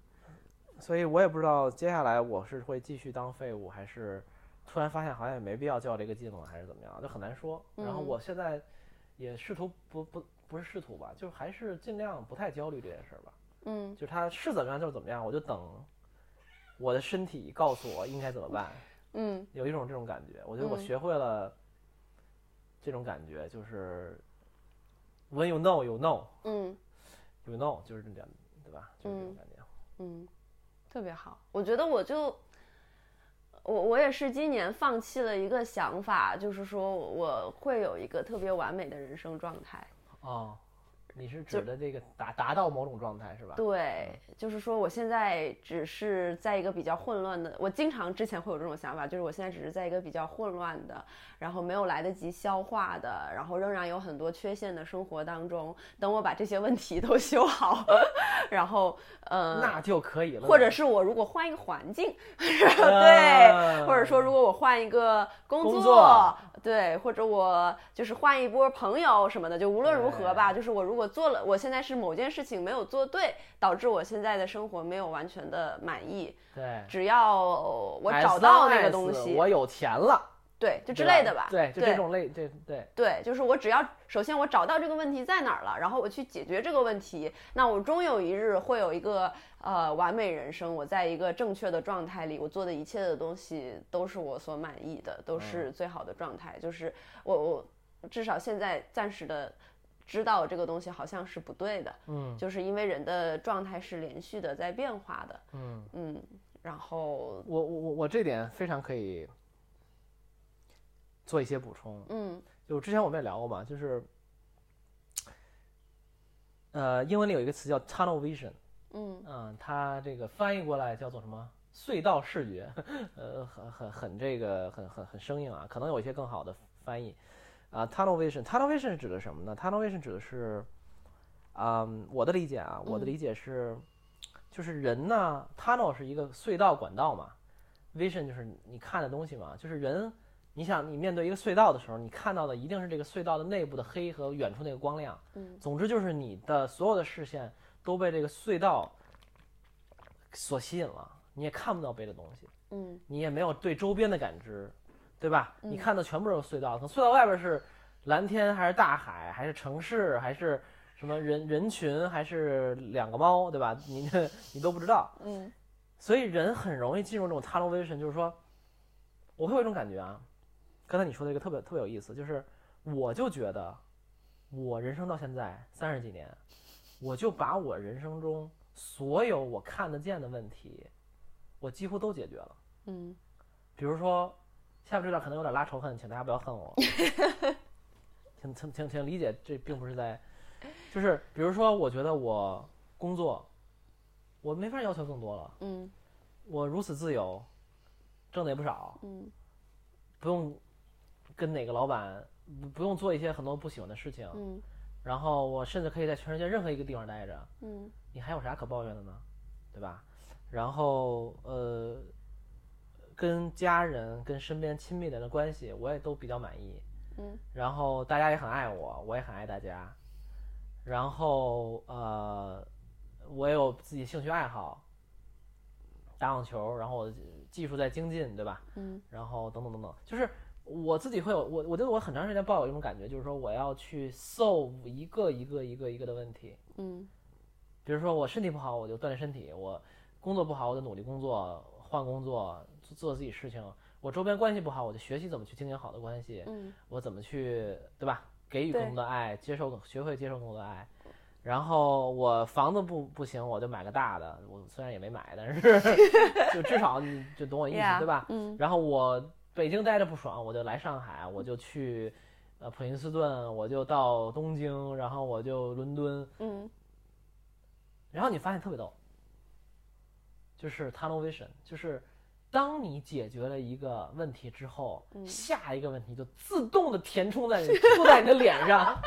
A: 所以我也不知道接下来我是会继续当废物，还是突然发现好像也没必要较这个劲了，还是怎么样，就很难说。然后
B: 嗯
A: 我现在也试图不不不是试图吧，就是还是尽量不太焦虑这件事儿吧。
B: 嗯，
A: 就是他是怎么样就是怎么样，我就等我的身体告诉我应该怎么办，
B: 嗯，
A: 有一种这种感觉。我觉得我
B: 嗯
A: 学会了这种感觉，就是 when you know you know
B: 嗯，
A: you know，就是这样，对吧？就是这种
B: 嗯
A: 感觉。
B: 嗯，特别好。我觉得我就，我我也是今年放弃了一个想法，就是说我会有一个特别完美的人生状态。
A: 哦，你是
B: 就
A: 指的这个达达到某种状态是吧？
B: 对，就是说我现在只是在一个比较混乱的，我经常之前会有这种想法，就是我现在只是在一个比较混乱的，然后没有来得及消化的，然后仍然有很多缺陷的生活当中。等我把这些问题都修好， 然后呃，
A: 嗯那就可以了。
B: 或者是我如果换一个环境，
A: 啊
B: 对，或者说如果我换一个工
A: 嗯工作
B: 对，或者我就是换一波朋友什么的，就无论如何吧，
A: 对
B: 就是我如果做了，我现在是某件事情没有做对，导致我现在的生活没有完全的满意，
A: 对，
B: 只要我
A: as
B: 找到那
A: long
B: 个
A: as
B: 东西，
A: 我有钱了
B: 对，就之
A: 对
B: 类的吧，
A: 对，就这种类，对对，
B: 对，就是我只要首先我找到这个问题在哪儿了，然后我去解决这个问题，那我终有一日会有一个呃完美人生。我在一个正确的状态里，我做的一切的东西都是我所满意的，都是
A: 嗯
B: 最好的状态。就是我我至少现在暂时的知道这个东西好像是不对的，
A: 嗯
B: 就是因为人的状态是连续的在变化的，
A: 嗯，
B: 嗯，然后
A: 我我我我这点非常可以做一些补充。
B: 嗯
A: 就之前我们也聊过嘛，就是呃，英文里有一个词叫 tunnel vision，
B: 嗯
A: 嗯，它这个翻译过来叫做什么？隧道视觉， 呃，很很很这个很很很生硬啊，可能有一些更好的翻译啊。tunnel vision，tunnel vision 是指的什么呢？tunnel vision 指的是，嗯，我的理解啊，我的
B: 嗯
A: 理解是，就是人呢，tunnel 是一个隧道管道嘛，vision 就是你看的东西嘛，就是人，你想你面对一个隧道的时候，你看到的一定是这个隧道的内部的黑和远处那个光亮，
B: 嗯
A: 总之就是你的所有的视线都被这个隧道所吸引了，你也看不到别的东西，
B: 嗯
A: 你也没有对周边的感知，对吧？
B: 嗯
A: 你看到全部都是隧道，可能隧道外边是蓝天，还是大海，还是城市，还是什么人人群，还是两个猫，对吧？你 你都不知道，
B: 嗯
A: 所以人很容易进入这种 tunnel vision，就是说，我会有一种感觉啊，刚才你说的一个特别特别有意思，就是我就觉得，我人生到现在三十几年，我就把我人生中所有我看得见的问题，我几乎都解决了。
B: 嗯
A: 比如说，下面这段可能有点拉仇恨，请大家不要恨我，请请请请理解，这并不是在，就是比如说，我觉得我工作，我没法要求更多了。
B: 嗯
A: 我如此自由，挣的也不少，
B: 嗯
A: 不用跟哪个老板，不不用做一些很多不喜欢的事情，
B: 嗯
A: 然后我甚至可以在全世界任何一个地方待着，
B: 嗯
A: 你还有啥可抱怨的呢？对吧？然后呃，跟家人、跟身边亲密的人的关系，我也都比较满意，
B: 嗯
A: 然后大家也很爱我，我也很爱大家，然后呃，我也有自己兴趣爱好，打网球，然后我技术在精进，对吧？
B: 嗯
A: 然后等等等等，就是我自己会有我，我觉得我很长时间抱有一种感觉，就是说我要去 solve 一个一个一个一个的问题，
B: 嗯
A: 比如说我身体不好，我就锻炼身体；我工作不好，我就努力工作，换工作，做做自己事情；我周边关系不好，我就学习怎么去经营好的关系。
B: 嗯
A: 我怎么去，对吧？给予
B: 对
A: 更多的爱，接受，学会接受更多的爱，然后我房子不不行，我就买个大的。我虽然也没买，但是 就至少你就懂我意思
B: Yeah，
A: 对吧？
B: 嗯
A: 然后我北京待着不爽，我就来上海，我就去呃普林斯顿，我就到东京，然后我就伦敦。
B: 嗯
A: 然后你发现特别逗，就是 tunnel vision，就是当你解决了一个问题之后，
B: 嗯
A: 下一个问题就自动的填充在你出在你的脸上，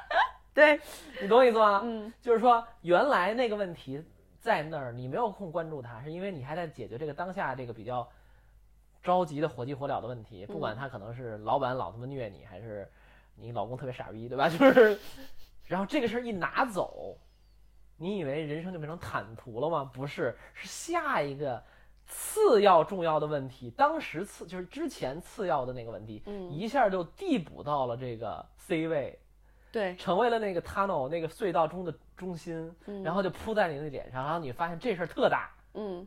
B: 对，
A: 你懂我意思吗？
B: 嗯
A: 就是说原来那个问题在那儿，你没有空关注它，是因为你还在解决这个当下这个比较着急的火急火燎的问题，
B: 嗯
A: 不管他可能是老板老他妈虐你，还是你老公特别傻逼， 对吧？就是，然后这个事儿一拿走，你以为人生就变成坦途了吗？不是，是下一个。次要重要的问题，当时次就是之前次要的那个问题，
B: 嗯
A: 一下就递补到了这个 C 位，
B: 对，
A: 成为了那个 tunnel 那个隧道中的中心，
B: 嗯
A: 然后就扑在你的脸上，然后你发现这事儿特大，
B: 嗯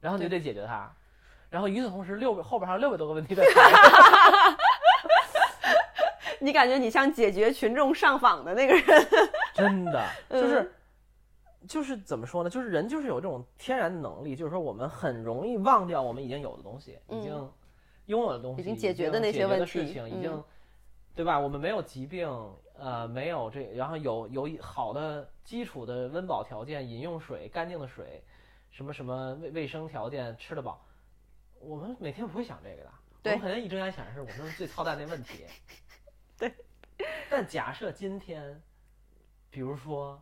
A: 然后你就得解决它，然后与此同时六百后边还有六百多个 问题在排，
B: 你感觉你像解决群众上访的那个人，
A: 真的
B: 嗯
A: 就是。就是怎么说呢？就是人就是有这种天然的能力，就是说我们很容易忘掉我们已经有的东西，
B: 嗯
A: 已经拥有的东西，
B: 已
A: 已经
B: 经解决的那
A: 解
B: 些
A: 决的
B: 问
A: 事
B: 题
A: 情，已
B: 嗯
A: 经对吧？我们没有疾病，呃，没有这，然后有有一好的基础的温饱条件，饮用水、干净的水，什么什么卫卫生条件，吃得饱，我们每天不会想这个的。我
B: 对
A: 们肯定一睁眼想的是我们最操蛋那问题。
B: 对。
A: 但假设今天，比如说，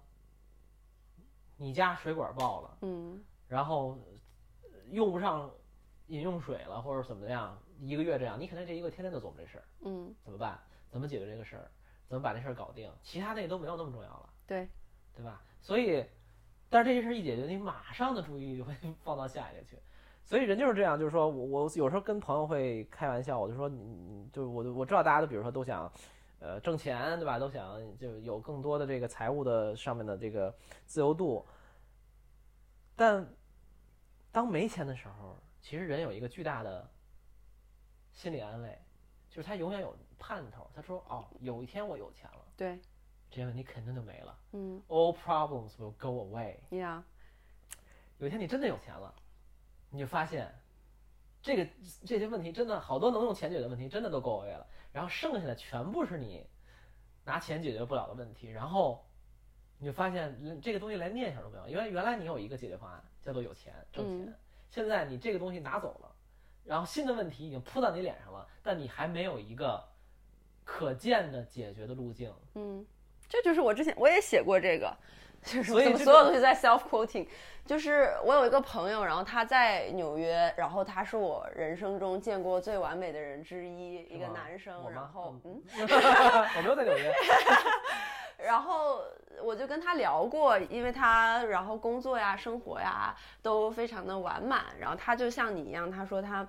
A: 你家水管爆了，
B: 嗯
A: 然后呃用不上饮用水了，或者怎么样，一个月这样，你肯定这一个月天天都琢磨这事儿，
B: 嗯，
A: 怎么办？怎么解决这个事儿？怎么把这事儿搞定？其他那都没有那么重要了，
B: 对，
A: 对吧？所以，但是这些事儿一解决，你马上的注意力就会 放到下一个去。所以人就是这样，就是说我我有时候跟朋友会开玩笑，我就说你你就是我我知道大家都比如说都想，呃挣钱对吧？都想就是有更多的这个财务的上面的这个自由度，但当没钱的时候，其实人有一个巨大的心理安慰，就是他永远有盼头。他说哦，有一天我有钱了，
B: 对，
A: 这些问题肯定就没了。
B: 嗯
A: All problems will go away。
B: 呀，
A: 有一天你真的有钱了，你就发现，这个这些问题真的好多能用钱解决的问题真的都 go away 了，然后剩下的全部是你拿钱解决不了的问题，然后你就发现嗯这个东西连念想都没有，因为原来你有一个解决方案叫做有钱挣钱，
B: 嗯
A: 现在你这个东西拿走了，然后新的问题已经扑到你脸上了，但你还没有一个可见的解决的路径，
B: 嗯，这就是我之前我也写过这个，就是
A: 所以
B: 我
A: 这个
B: 所有东西在 self quoting。就是我有一个朋友，然后他在纽约，然后他是我人生中见过最完美的人之一，一个
A: 是吗
B: 男生
A: 我，吗
B: 然后嗯。
A: 我没有在纽约，
B: 然后我就跟他聊过，因为他然后工作呀、生活呀都非常的完满，然后他就像你一样，他说他，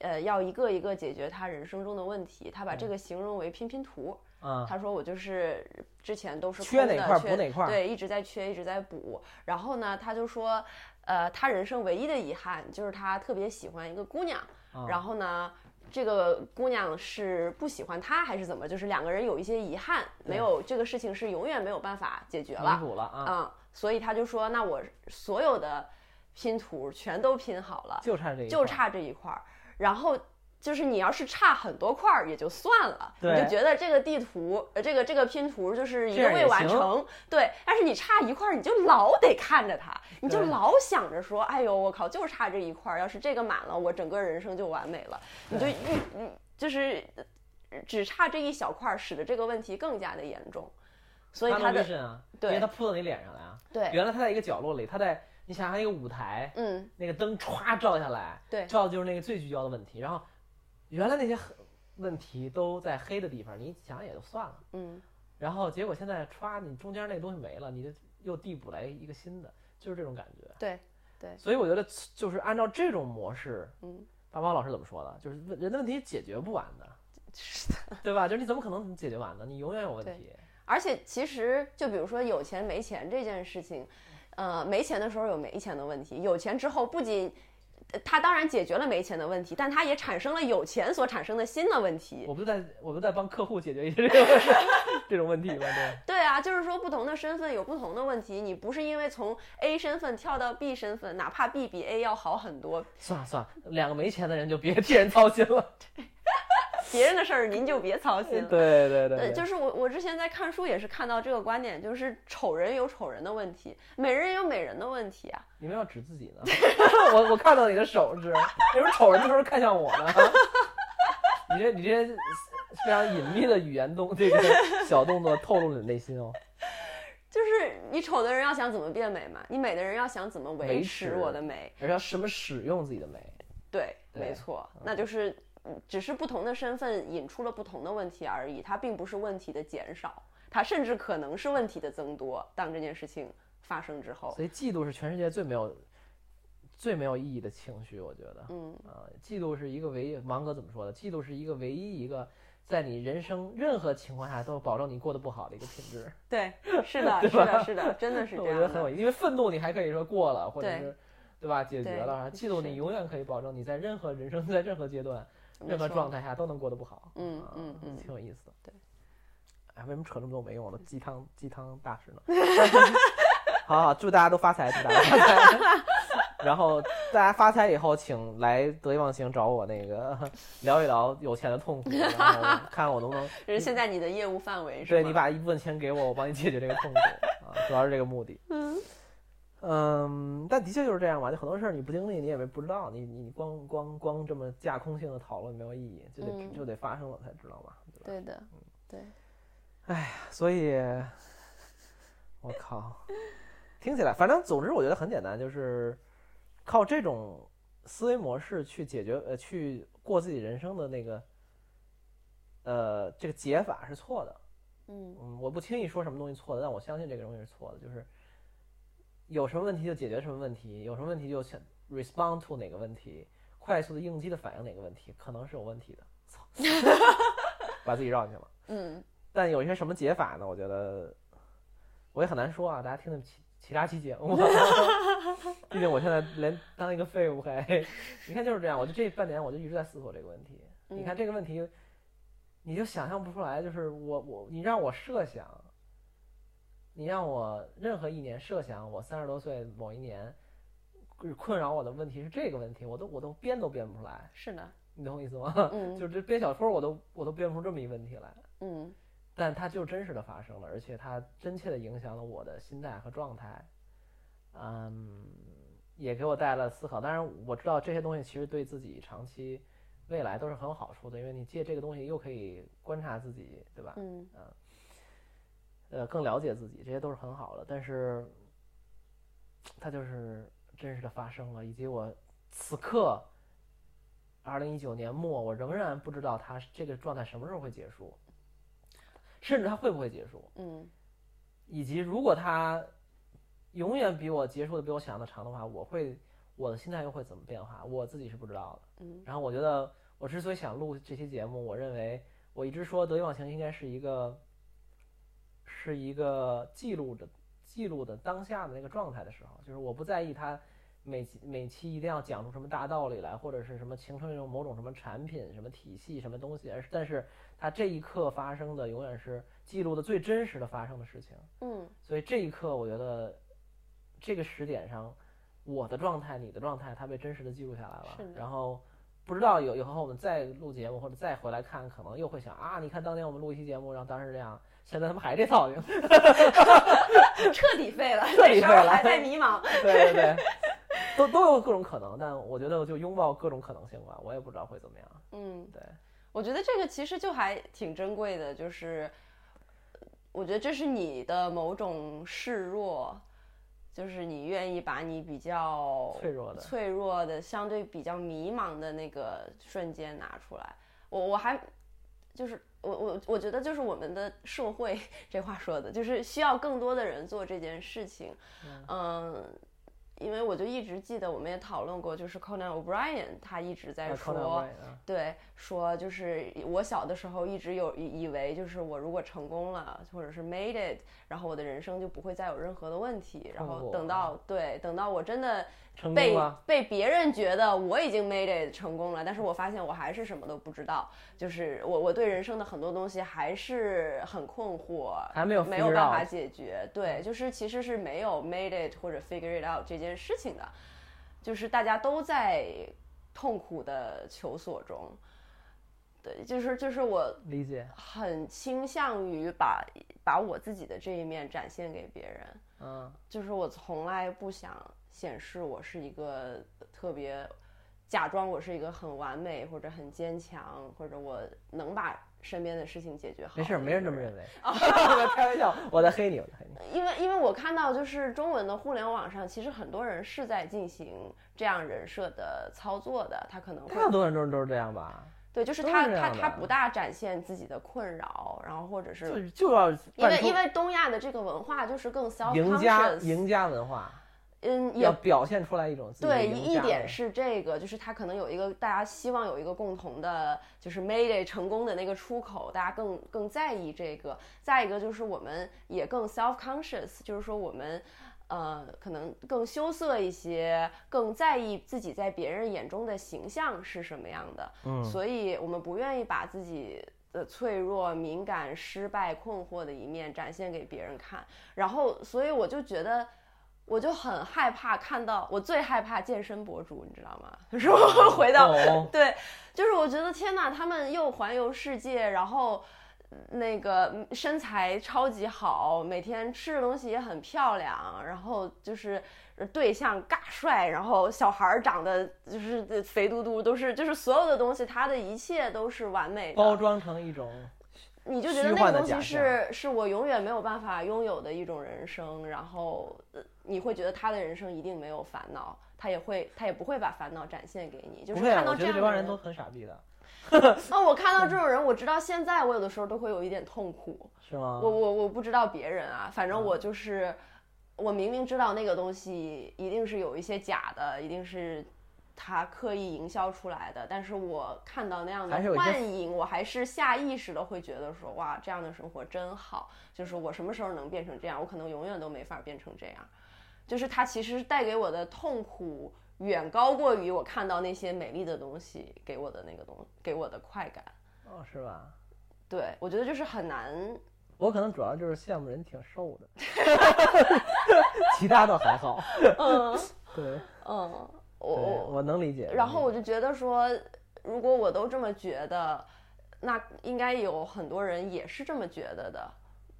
B: 呃，要一个一个解决他人生中的问题，他把这个形容为拼拼图。
A: 嗯，
B: 他说我就是之前都是
A: 缺
B: 空
A: 哪
B: 的
A: 块儿
B: 缺
A: 补哪块儿
B: 对，一直在缺，一直在补。然后呢，他就说，呃，他人生唯一的遗憾就是他特别喜欢一个姑娘，
A: 嗯
B: 然后呢。这个姑娘是不喜欢他还是怎么？就是两个人有一些遗憾，没有这个事情是永远没有办法解决
A: 弥
B: 了。
A: 补了啊。
B: 嗯，所以他就说，那我所有的拼图全都拼好了，
A: 就差这一
B: 就
A: 块儿
B: 差这一块儿。然后就是你要是差很多块儿也就算了，你
A: 对
B: 就觉得这个地图，呃，这个这个拼图就是一
A: 这
B: 个
A: 样也
B: 未完
A: 行
B: 成，对。但是你差一块儿，你就老得看着它，你就
A: 对
B: 老想着说，哎呦，我靠，就差这一块儿，要是这个满了，我整个人生就完美了。你就预，嗯就是呃只差这一小块儿，使得这个问题更加的严重。所以
A: 他
B: 他的
A: 信啊，
B: 对
A: 因为他扑到你脸上来啊。
B: 对，
A: 原来他在一个角落里，他在你想象一个舞台，
B: 嗯，
A: 那个灯歘照下来，
B: 对
A: 照的就是那个最聚焦的问题。然后原来那些很问题都在黑的地方，你想也就算了。
B: 嗯，
A: 然后结果现在歘，你中间那东西没了，你就又递补来一个新的，就是这种感觉。
B: 对，
A: 所以我觉得就是按照这种模式，
B: 嗯，
A: 八猫老师怎么说的？就是问人的问题解决不完的，
B: 是的。
A: 对吧？就是你怎么可能解决完呢？你永远有问
B: 对
A: 题。
B: 而且其实就比如说有钱没钱这件事情，呃，没钱的时候有没钱的问题，有钱之后不仅。呃他当然解决了没钱的问题，但他也产生了有钱所产生的新的问题。
A: 我不是在我不是在帮客户解决一些这种这种问题吗？对。
B: 对啊，就是说不同的身份有不同的问题，你不是因为从 A 身份跳到 B 身份，哪怕 B 比 A 要好很多，
A: 算了算了，两个没钱的人就别替人操心 了。
B: 别人的事儿您就别操心
A: 对
B: 了。
A: 对对
B: 对，
A: 对，
B: 就是我我之前在看书也是看到这个观点，就是丑人有丑人的问题，美人也有美人的问题啊。
A: 你们要指自己呢？ 我我看到你的手指，你说瞅人的时候看向我呢？ 你这你这非常隐秘的语言动这个小动作透露你的内心哦。
B: 就是你丑的人要想怎么变美嘛，你美的人要想怎么维
A: 维
B: 持
A: 持
B: 我的美。
A: 而且要什么使用自己的美？
B: 对，
A: 对
B: 没错，那就是嗯只是不同的身份引出了不同的问题而已，它并不是问题的减少，它甚至可能是问题的增多。当这件事情发生之后，
A: 所以嫉妒是全世界最没有最没有意义的情绪，我觉得。
B: 嗯，
A: 啊，嫉妒是一个唯一，芒格怎么说的？嫉妒是一个唯一一个在你人生任何情况下都保证你过得不好的一个品质。
B: 对，是的，
A: 对
B: 是的，
A: 吧
B: 是的，真的是 这
A: 我
B: 样
A: 觉
B: 的。
A: 得很有意思，因为愤怒你还可以说过了，或者
B: 对
A: 是对吧？解决
B: 对
A: 了，嫉妒
B: 是
A: 你永远可以保证你在任何人生在任何阶段、
B: 没
A: 任何
B: 错
A: 状态下都能过得不好。
B: 嗯
A: 啊
B: 嗯嗯
A: 挺有意思的。
B: 对，
A: 哎，为什么扯这么多没用的鸡汤鸡汤大师呢？ 好好，祝大家都发财，祝大家发财。 然后大家发财以后，请来得意忘形找我那个 聊一聊有钱的痛苦，然后看看我能不能
B: 就是现在你的业务范围是
A: 对
B: 吗
A: 你把一部分钱给我，我帮你解决这个痛苦啊，主要是这个目的。嗯但的确就是这样嘛，就很多事儿你不经历，你也没不知道，你你你光光光这么架空性的讨论没有意义，就得、
B: 嗯
A: 就得发生了才知道嘛，对吧？
B: 对的，对，
A: 所以，我靠，听起来反正总之我觉得很简单，就是靠这种思维模式去解决呃去过自己人生的那个呃这个解法是错的。
B: 嗯
A: 嗯，我不轻易说什么东西错的，但我相信这个东西是错的，就是有什么问题就解决什么问题，有什么问题就想 respond to 哪个问题，快速的应激的反应哪个问题，可能是有问题的。操， 把自己绕进去了。
B: 嗯，
A: 但有一些什么解法呢？我觉得我也很难说啊，大家听听其其他期节目。 毕竟我现在连当一个废物还，你看就是这样。我就这半年我就一直在思索这个问题。你看
B: 嗯
A: 这个问题，你就想象不出来。就是我我你让我设想，你让我任何一年设想我三十多岁某一年困扰我的问题是这个问题，我都我都编都编不出来。
B: 是 的，
A: 你懂我意思吗？
B: 嗯
A: 就是这编小说我都我都编不出这么一问题来。
B: 嗯
A: 但它就真实的发生了，而且它真切的影响了我的心态和状态，嗯，也给我带来了思考。当然，我知道这些东西其实对自己长期未来都是很有好处的，因为你借这个东西又可以观察自己，对吧？
B: 嗯
A: 呃，更了解自己，这些都是很好的。但是，它就是真实的发生了，以及我此刻，二零一九年末，我仍然不知道它这个状态什么时候会结束，甚至它会不会结束。
B: 嗯
A: 以及如果他永远比我结束的比我想象的长的话，我会我的心态又会怎么变化？我自己是不知道的。
B: 嗯
A: 然后我觉得我之所以想录这期节目，我认为我一直说得意忘形应该是一个是一个记录的记录的当下的那个状态的时候，就是我不在意它每期每期一定要讲出什么大道理来，或者是什么形成一种某种什么产品、什么体系、什么东西，而是但是它这一刻发生的永远是记录的最真实的发生的事情。
B: 嗯
A: 所以这一刻，我觉得这个时点上，我的状态、你的状态，它被真实的记录下来了
B: 是的。
A: 然后不知道有以后我们再录节目或者再回来看，可能又会想啊，你看当年我们录一期节目，然后当时这样，现在他们还这套路。
B: 彻底废了，
A: 彻底
B: 那时
A: 废
B: 候
A: 了
B: 还在 迷茫，
A: 对对 对，都都有各种可能，但我觉得就拥抱各种可能性吧，我也不知道会怎么样。
B: 嗯。
A: 对，
B: 我觉得这个其实就还挺珍贵的，就是我觉得这是你的某种示弱，就是你愿意把你比较
A: 脆弱的
B: 哦脆弱的、相对比较迷茫的那个瞬间拿出来。我我还就是我我我觉得就是我们的社会这话说的，就是需要更多的人做这件事情。嗯，因为我就一直记得，我们也讨论过，就是 Conan O'Brien 他一直在
A: 那
B: 说。
A: Conan O'Brien 啊
B: 对，说就是我小的时候一直有以以为，就是我如果成功了，或者是 made it，然后我的人生就不会再有任何的问题。
A: 痛
B: 然后
A: 苦
B: 等
A: 啊
B: 到对，等到我真的
A: 成功
B: 被
A: 了。
B: 被别人觉得我已经 made it 成功了，但是我发现我还是什么都不知道，就是我我对人生的很多东西还是很困惑，
A: 还没有
B: 没有
A: figure
B: 办法
A: out
B: 解决。对，就是其实是没有 made it 或者 figure it out 这件事情的，就是大家都在痛苦的求索中。对，就是就是我
A: 理解，
B: 很倾向于把把我自己的这一面展现给别人，
A: 嗯，
B: 就是我从来不想显示我是一个特别，假装我是一个很完美或者很坚强，或者我能把身边的事情解决好。
A: 没事，没人这么认
B: 为。
A: 为。 我开玩笑，我在黑你，我在黑你。
B: 因为因为我看到就是中文的互联网上，其实很多人是在进行这样人设的操作的，他可能会
A: 大多数人都都是这样吧，
B: 对，就是
A: 都是
B: 他
A: 这
B: 他
A: 样
B: 他
A: 的
B: 不大展现自己的困扰，然后或者是
A: 就就要
B: 因
A: 办
B: 为
A: 出
B: 因为东亚的这个文化就是更 self
A: 赢家
B: conscious，
A: 赢家文化，
B: 嗯，也
A: 要表现出来一种自己的
B: 对
A: 赢
B: 一一
A: 家
B: 点
A: 文
B: 是这个，就是他可能有一个大家希望有一个共同的，就是 made it 成功的那个出口，大家更更在意这个。再一个就是我们也更 self conscious，就是说我们。呃，可能更羞涩一些，更在意自己在别人眼中的形象是什么样的。
A: 嗯
B: 所以我们不愿意把自己的脆弱、敏感、失败、困惑的一面展现给别人看。然后，所以我就觉得，我就很害怕看到，我最害怕健身博主，你知道吗？ 就是我回到、
A: 哦
B: 对，就是我觉得天呐，他们又环游世界，然后。那个嗯身材超级好，每天吃的东西也很漂亮，然后就是呃对象尬帅，然后小孩儿长得就是呃肥嘟嘟，都是就是所有的东西，他的一切都是完美的
A: 包装成一种
B: 你就觉得
A: 虚
B: 那
A: 幻
B: 个
A: 的
B: 东西
A: 假
B: 是是我永远没有办法拥有的一种人生，然后呃你会觉得他的人生一定没有烦恼，他也会他也不会把烦恼展现给你，就
A: 不
B: 是
A: 会啊，
B: 看
A: 我
B: 到
A: 觉得
B: 这样
A: 这
B: 的
A: 帮人都很傻逼的，
B: 啊，我看到这种人，我直到现在我有的时候都会有一点痛苦，
A: 是吗？
B: 我我我不知道别人啊，
A: 嗯
B: 反正我就是我明明知道那个东西一定是有一些假的，一定是。他刻意营销出来的，但是我看到那样的
A: 还是有一些
B: 幻影，我还是下意识的会觉得说，哇，这样的生活真好。就是我什么时候能变成这样？我可能永远都没法变成这样。就是它其实带给我的痛苦远高过于我看到那些美丽的东西给我的那个东给我的快感。
A: 哦，是吧？
B: 对我觉得就是 很难，
A: 我可能主要就是羡慕人挺瘦 的，其他倒还好。
B: 嗯
A: 对，
B: 嗯，
A: 对
B: 我
A: 我能理解。
B: 然后我
A: 就
B: 就觉得说，如果我都这么觉得，那应该有很多人也是这么觉得的。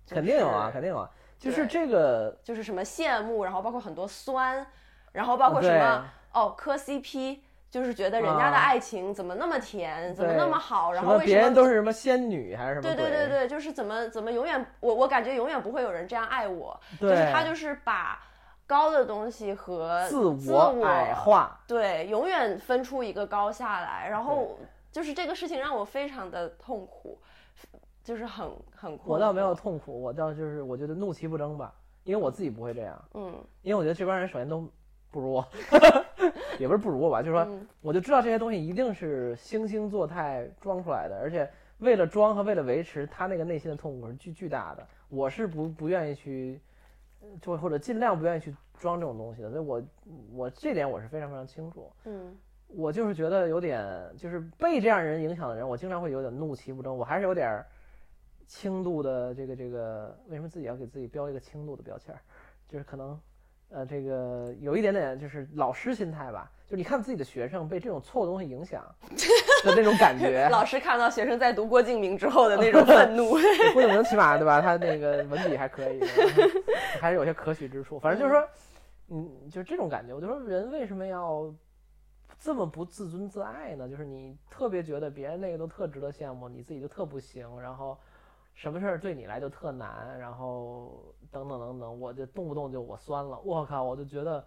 B: 就
A: 肯定有啊，
B: 是
A: 肯定有啊，就是
B: 对
A: 这个
B: 就是什么羡慕，然后包括很多酸，然后包括什
A: 对
B: 么哦磕 CP，就是觉得人家的
A: 啊
B: 爱情怎么那么甜，怎么那
A: 对
B: 么好，
A: 什
B: 然后
A: 么
B: 为什么
A: 别人都是什么仙女还是什么
B: 对
A: 鬼？
B: 对对对，就是怎么怎么永远我我感觉永远不会有人这样爱我，
A: 对
B: 就是他就是把高的东西和
A: 自
B: 我
A: 我矮化。
B: 对永远分出一个高下来，然后
A: 对
B: 就是这个事情让我非常的痛苦，就是很很困惑。
A: 我倒没有痛苦，我倒就是我觉得怒其不争吧，因为我自己不会这样，
B: 嗯
A: 因为我觉得这帮人首先都不如我， 也不是不如我吧，就是说
B: 嗯
A: 我就知道这些东西一定是惺惺作态装出来的，而且为了装和为了维持他那个内心的痛苦是巨巨大的。我是不不愿意去，呃就或者尽量不愿意去装这种东西的，所以我我这点我是非常非常清楚。
B: 嗯
A: 我就是觉得有点，就是被这样人影响的人，我经常会有点怒其不争，我还是有点儿轻度的这个这个，为什么自己要给自己标一个轻度的标签儿？就是可能，呃，这个有一点点就是老师心态吧，就是你看自己的学生被这种错的东西影响的那种感 觉，
B: 老师看到学生在读郭敬明之后的那种 愤怒，
A: 郭敬明起码对吧？他那个文笔还可以，然后还是有些可取之处。反正就是说，嗯，就是这种感觉。我就说人为什么要这么不自尊自爱呢？就是你特别觉得别人那个都特值得羡慕，你自己就特不行，然后什么事儿对你来就特难，然后等等等等，我就动不动就我酸了，我靠，我就觉得。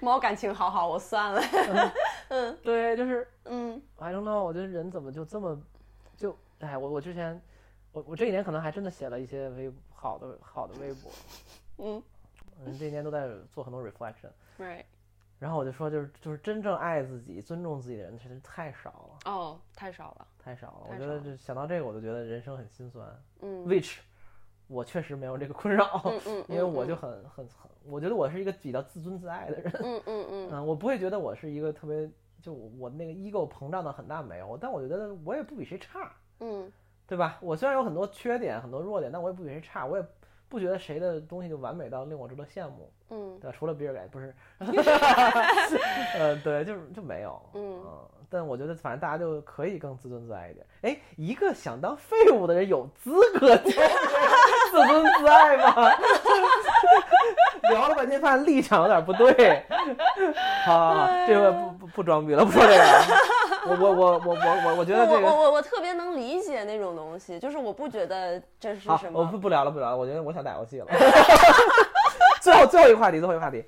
B: 猫感情好好，我算了，
A: 对，就是
B: 嗯
A: I don't know，我觉得人怎么就这么，就哎，我我之前，我我这一年可能还真的写了一些微好的好的微博，
B: 嗯
A: 嗯，这一年都在做很多 reflection，
B: ，right，
A: 然后我就说，就是就是真正爱自己、尊重自己的人，其实太少了，
B: 哦，太少了，
A: 太少了。
B: 太
A: 我觉得
B: 少
A: 就想到这个，我就觉得人生很心酸。
B: 嗯
A: Which 我确实没有这个困扰，
B: 嗯嗯，
A: 因为
B: 嗯
A: 我就很很很，我觉得我是一个比较自尊自爱的人，
B: 嗯嗯嗯嗯
A: 嗯，我不会觉得我是一个特别就我那个 ego 膨胀的很大没有，但我觉得我也不比谁差，
B: 嗯
A: 对吧？我虽然有很多缺点、很多弱点，但我也不比谁差，我也不觉得谁的东西就完美到令我值得羡慕，
B: 嗯
A: 对吧？除了比尔盖茨，不 是， 呃，对，就是就没有，
B: 嗯
A: 但我觉得反正大家就可以更自尊自爱一点。哎，一个想当废物的人有资格自自尊自爱吗？ 聊了半天，发现立场有点不对。好好好，这回不不不装逼了，不说这个了。我我我我我我我觉得
B: 我
A: 这个
B: 我我我特别能理解那种东西，就是我不觉得这是
A: 好
B: 什，
A: 我
B: 么
A: 不不聊了，不聊了，我觉得我想打游戏了。 最后最后一个话题，最后一个话题。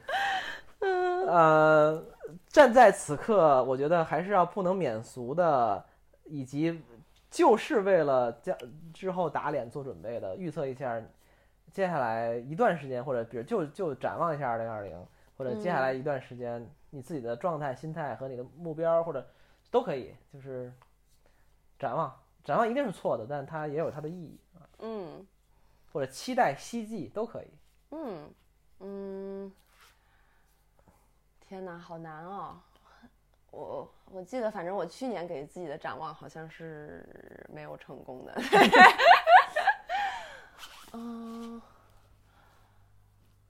B: 嗯
A: 呃，站在此刻，我觉得还是要不能免俗的，以及就是为了将之后打脸做准备的，预测一下接下来一段时间，或者比如就就展望一下二零二零，或者接下
B: 嗯
A: 来一段时间、你自己的状态、心态和你的目标，或者都可以，就是展望。展望一定是错的，但它也有它的意义。
B: 嗯
A: 或者期待希冀都可以。
B: 嗯嗯，天哪，好难哦。我我记得，反正我去年给自己的展望好像是没有成功的。 嗯，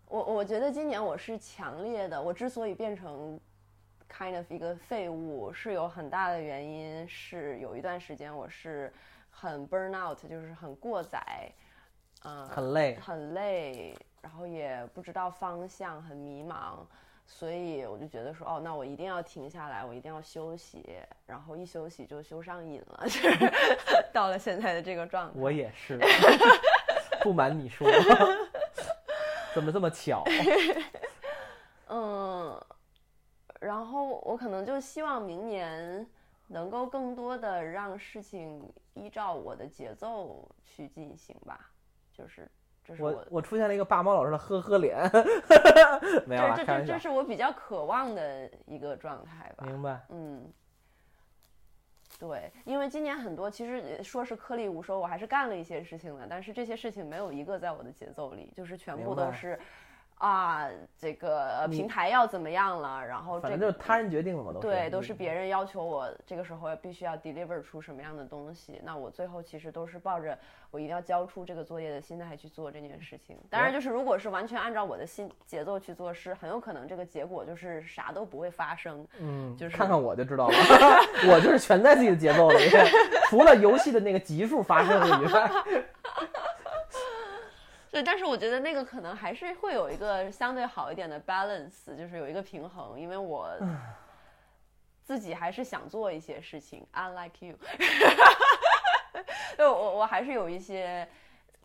B: 我我觉得今年我是强烈的，我之所以变成 kind of 一个废物，是有很大的原因是有一段时间我是很 burn out，就是很过载，嗯、
A: 很累，
B: 很累，然后也不知道方向，很迷茫，所以我就觉得说，哦，那我一定要停下来，我一定要休息，然后一休息就休上瘾了，就是 到了现在的这个状态。
A: 我也 是。不瞒你说， 怎么这么 巧？
B: 嗯，然后我可能就希望明年能够更多的让事情依照我的节奏去进行吧，就是这是
A: 我
B: 我。
A: 我出现了一个霸猫老师的呵呵脸，没有
B: 这
A: 啦，
B: 这
A: 开
B: 这
A: 玩
B: 这
A: 笑。
B: 是我比较渴望的一个状态吧。
A: 明白，
B: 嗯，对，因为今年很多，其实说是颗粒无收，我还是干了一些事情的，但是这些事情没有一个在我的节奏里，就是全部
A: 明
B: 都
A: 白
B: 是啊，这个呃
A: 你
B: 平台要怎么样了，然后
A: 反
B: 哦
A: 正
B: 这
A: 就是
B: 个。
A: 他人决定的嘛，都是
B: 对，都
A: 嗯
B: 是别人要求我这个时候必须要 deliver 出什么样的东西，那我最后其实都是抱着我一定要交出这个作业的心态去做这件事情。当
A: 哎
B: 然，就是如果是完全按照我的心节奏去做事，很有可能这个结果就是啥都不会发生。
A: 嗯，
B: 就是
A: 看看我就知 道了，我就是全在自己的节奏里，除了游戏的那个级数发生了以 外，
B: 对，但是我觉得那个可能还是会有一个相对好一点的 balance，就是有一个平衡，因为我自己还是想做一些事情，unlike you，对我我还是有一些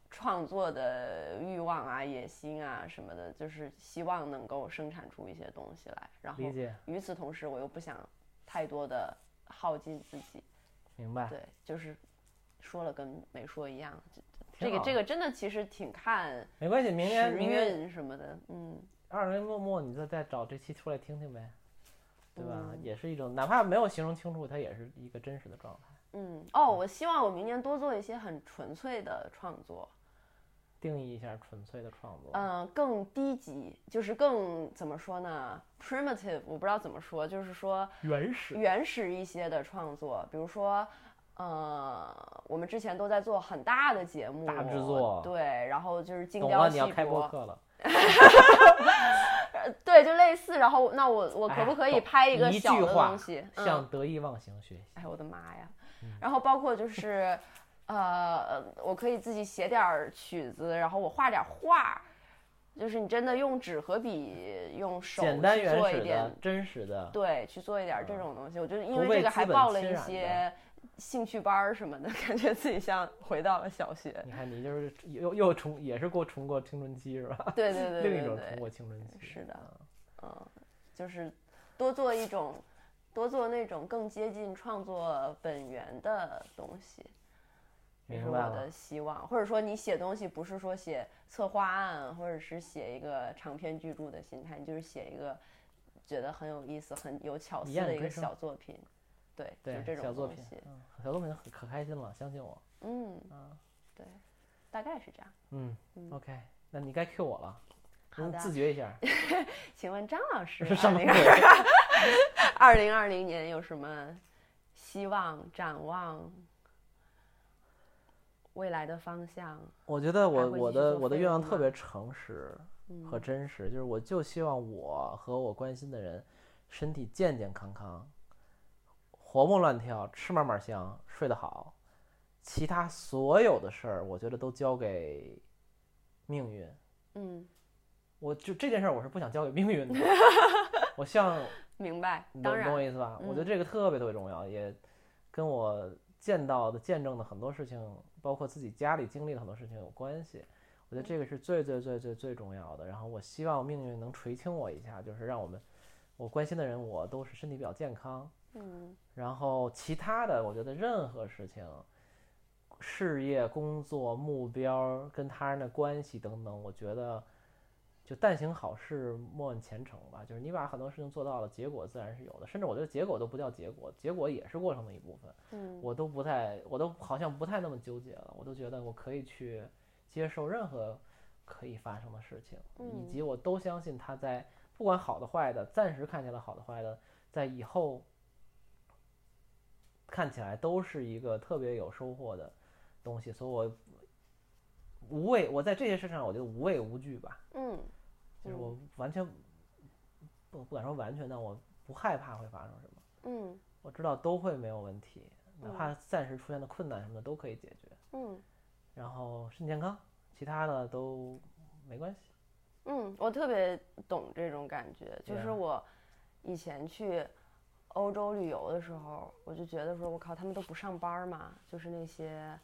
B: 创作的欲望啊、野心啊什么的，就是希望能够生产出一些东西来。然后
A: 理解，
B: 与此同时，我又不想太多的耗尽自己，
A: 明白。
B: 对，就是说了跟没说一样。这
A: 挺
B: 个
A: 好
B: 这个真的其实挺看。
A: 没关系，明年
B: 时
A: 明年
B: 运什么的，嗯，
A: 二零末末你再再找这期出来听听呗，对吧？
B: 嗯
A: 也是一种，哪怕没有形容清楚，它也是一个真实的状态。
B: 嗯，哦，我希望我明年多做一些很纯粹的创作，
A: 定义一下纯粹的创作。
B: 嗯、更低级，就是更怎么说呢，primitive，我不知道怎么说，就是说
A: 原始
B: 原始一些的创作，比如说，呃，我们之前都在做很大的节目，
A: 大制作
B: 对，然后就是精
A: 懂
B: 雕
A: 了，你
B: 细
A: 要开播
B: 琢，
A: 客了，
B: 呃对，就类似，然后那我我
A: 哎
B: 可
A: 呀
B: 不可以
A: 懂
B: 拍一个
A: 一
B: 小
A: 句
B: 的
A: 话
B: 东西？嗯
A: 向得意忘形学习。
B: 哎，我的妈呀！
A: 嗯
B: 然后包括就是，呃，我可以自己写点儿曲子，然后我画点儿画，就是你真的用纸和笔，用手
A: 简单
B: 去
A: 原
B: 做一
A: 始
B: 点
A: 的、，真实的，
B: 对，去做一点儿这种东西。我觉得因
A: 不
B: 为
A: 被
B: 这个
A: 资
B: 还
A: 本
B: 报了
A: 侵
B: 一
A: 染的
B: 些兴趣班儿什么的， 感觉自己像回到了小学。
A: 你看你就是又又重，也是过重过青春期是吧？
B: 对对对对
A: 另一
B: 对
A: 种
B: 对
A: 重过青春期。啊
B: 是的，嗯，就是多做一种，多做那种更接近创作本源的东西，这是
A: 明
B: 我
A: 白
B: 的
A: 了。
B: 希望。或者说，你写东西不是说写策划案，或者是写一个长篇巨著的心态，你就是写一个觉得很有意思、很有巧思
A: 一案
B: 的一个
A: 追生
B: 小作品。对，就
A: 对
B: 是这，
A: 小
B: 种
A: 作
B: 东
A: 品
B: 西。，
A: 嗯，小作品可可开心了，相信我。
B: 嗯，
A: 嗯
B: 对，大概是这样。
A: 嗯，OK，那你该 Q 我了，
B: 好的
A: 嗯
B: 啊
A: 自觉一下。
B: 请问张老师，
A: 是上
B: 二
A: 回
B: 零二零二零年有什么希望、展望、未来的方向？
A: 我觉得
B: 还
A: 我
B: 会
A: 我
B: 继续
A: 的
B: 做
A: 我的
B: 费
A: 愿望
B: 用
A: 特
B: 吗
A: 别诚实
B: 嗯
A: 和真实，就是我就希望我和我关心的人身体健健康康，活蹦乱跳，吃嘛嘛香，睡得好，其他所有的事儿，我觉得都交给命运。
B: 嗯，
A: 我就这件事儿，我是不想交给命 运的。我像
B: 明白
A: 你。
B: 当
A: 懂你懂我
B: 然，
A: 意思吧？我觉得
B: 嗯
A: 这个特别特别重要，也跟我见到的、见证的很多事情，包括自己家里经历的很多事情有关系。我觉得这个是最最最最最重要的。然后我希望命运能垂青我一下，就是让我们我关心的人，我都是身体比较健康。
B: 嗯
A: 然后其他的，我觉得任何事情，事业、工作、目标跟他人的关系等等，我觉得就但行好事，莫问前程吧。就是你把很多事情做到了，结果自然是有的。甚至我觉得结果都不叫结果，结果也是过程的一部分。
B: 嗯
A: 我都不太，我都好像不太那么纠结了。我都觉得我可以去接受任何可以发生的事情，以
B: 嗯
A: 及我都相信它在不管好的坏的，暂时看起来好的坏的，在以后看起来都是一个特别有收获的东西。所以我无畏，我在这些事上我就无畏无惧吧，
B: 嗯
A: 就是我完全不不敢说完全，但我不害怕会发生什么。
B: 嗯
A: 我知道都会没有问题，哪
B: 嗯
A: 怕暂时出现的困难什么的都可以解决。
B: 嗯
A: 然后身体健康，其他的都没关系。
B: 嗯，我特别懂这种感觉，就是
A: 对啊
B: 我以前去。欧洲旅游的时候，我就觉得说，我靠，他们都不上班嘛，就是那些，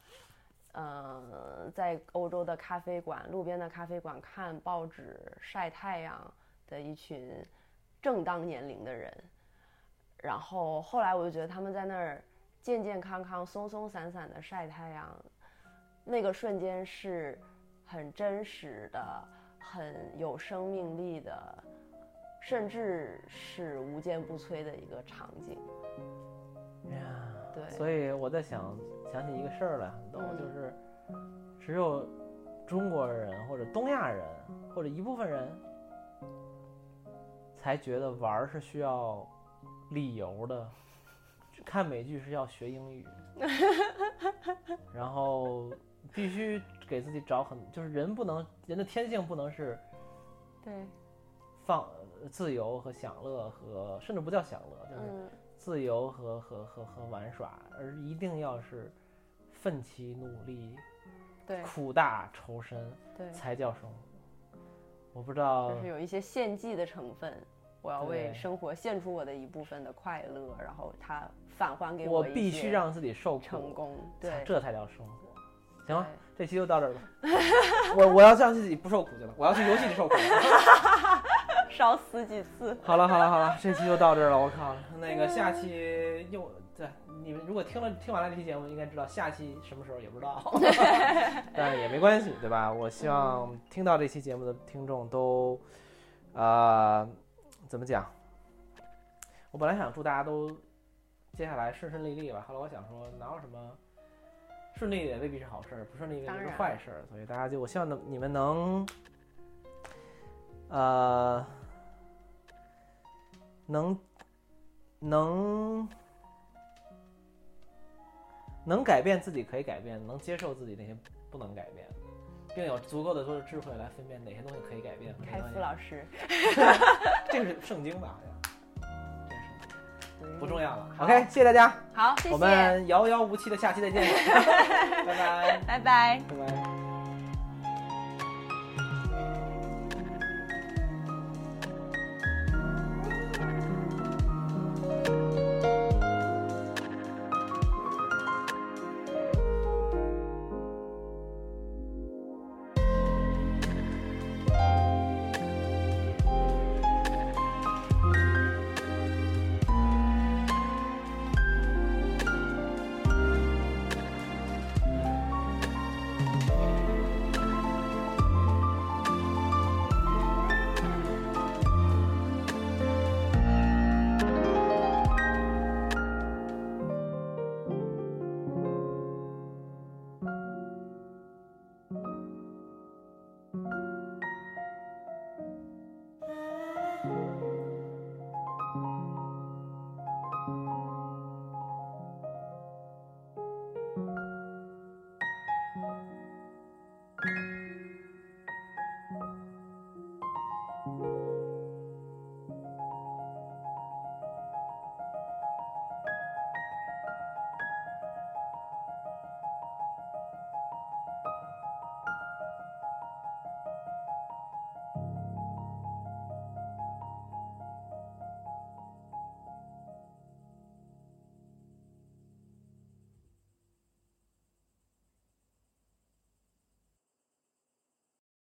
B: 呃，在欧洲的咖啡馆、路边的咖啡馆看报纸、晒太阳的一群正当年龄的人。然后后来我就觉得他们在那儿健健康康、松松散散的晒太阳，那个瞬间是很真实的、很有生命力的，甚至是无坚不摧的一个场景。
A: 呀，
B: 对
A: 所以我在想，想起一个事儿来，你懂吗？
B: 嗯
A: 就是只有中国人或者东亚人或者一部分人才觉得玩儿是需要理由的，看美剧是要学英 语，然后必须给自己找很，就是人不能人的天性不能是。
B: 对，
A: 放呃自由和享乐和甚至不叫享乐，就是
B: 嗯
A: 自由和和和和玩耍，而一定要是奋起努力、
B: 对
A: 苦大仇深
B: 对，
A: 才叫生活。我不知道
B: 就是有一些献祭的成分。我要为
A: 对
B: 生活献出我的一部分的快乐，然后它返还给
A: 我
B: 一
A: 必须
B: 些
A: 让自己受
B: 成
A: 苦，
B: 功。
A: 才
B: 对，
A: 这才叫生活。行了这
B: 对，
A: 期就到这 儿吧。我我要让自己不受苦去了，我要去游戏里受苦了。
B: 烧死几次。
A: 好了好了好了，这期就到这儿了。我靠，那个下期又对你们如果听了听完了这期节目，应该知道下期什么时候也不知道，但也没关系，对吧？我希望听到这期节目的听众都，呃，怎么讲？我本来想祝大家都接下来顺顺利利吧，后来我想说哪有什么。顺利也未必是好事儿，不顺利也
B: 当
A: 是
B: 然
A: 坏事儿，所以大家就我希望能你们能，呃，能能能改变自己可以改变，能接受自己那些不能改变，并有足够的多的智慧来分辨哪些东西可以改变。哪
B: 开
A: 些
B: 复
A: 东西
B: 老师，
A: 这个是圣经吧？好像这是圣经不重要了。
B: 好
A: OK，谢谢大家，
B: 好，谢谢，
A: 我们遥遥无期的下期再见，拜拜，
B: 拜拜。
A: 拜拜。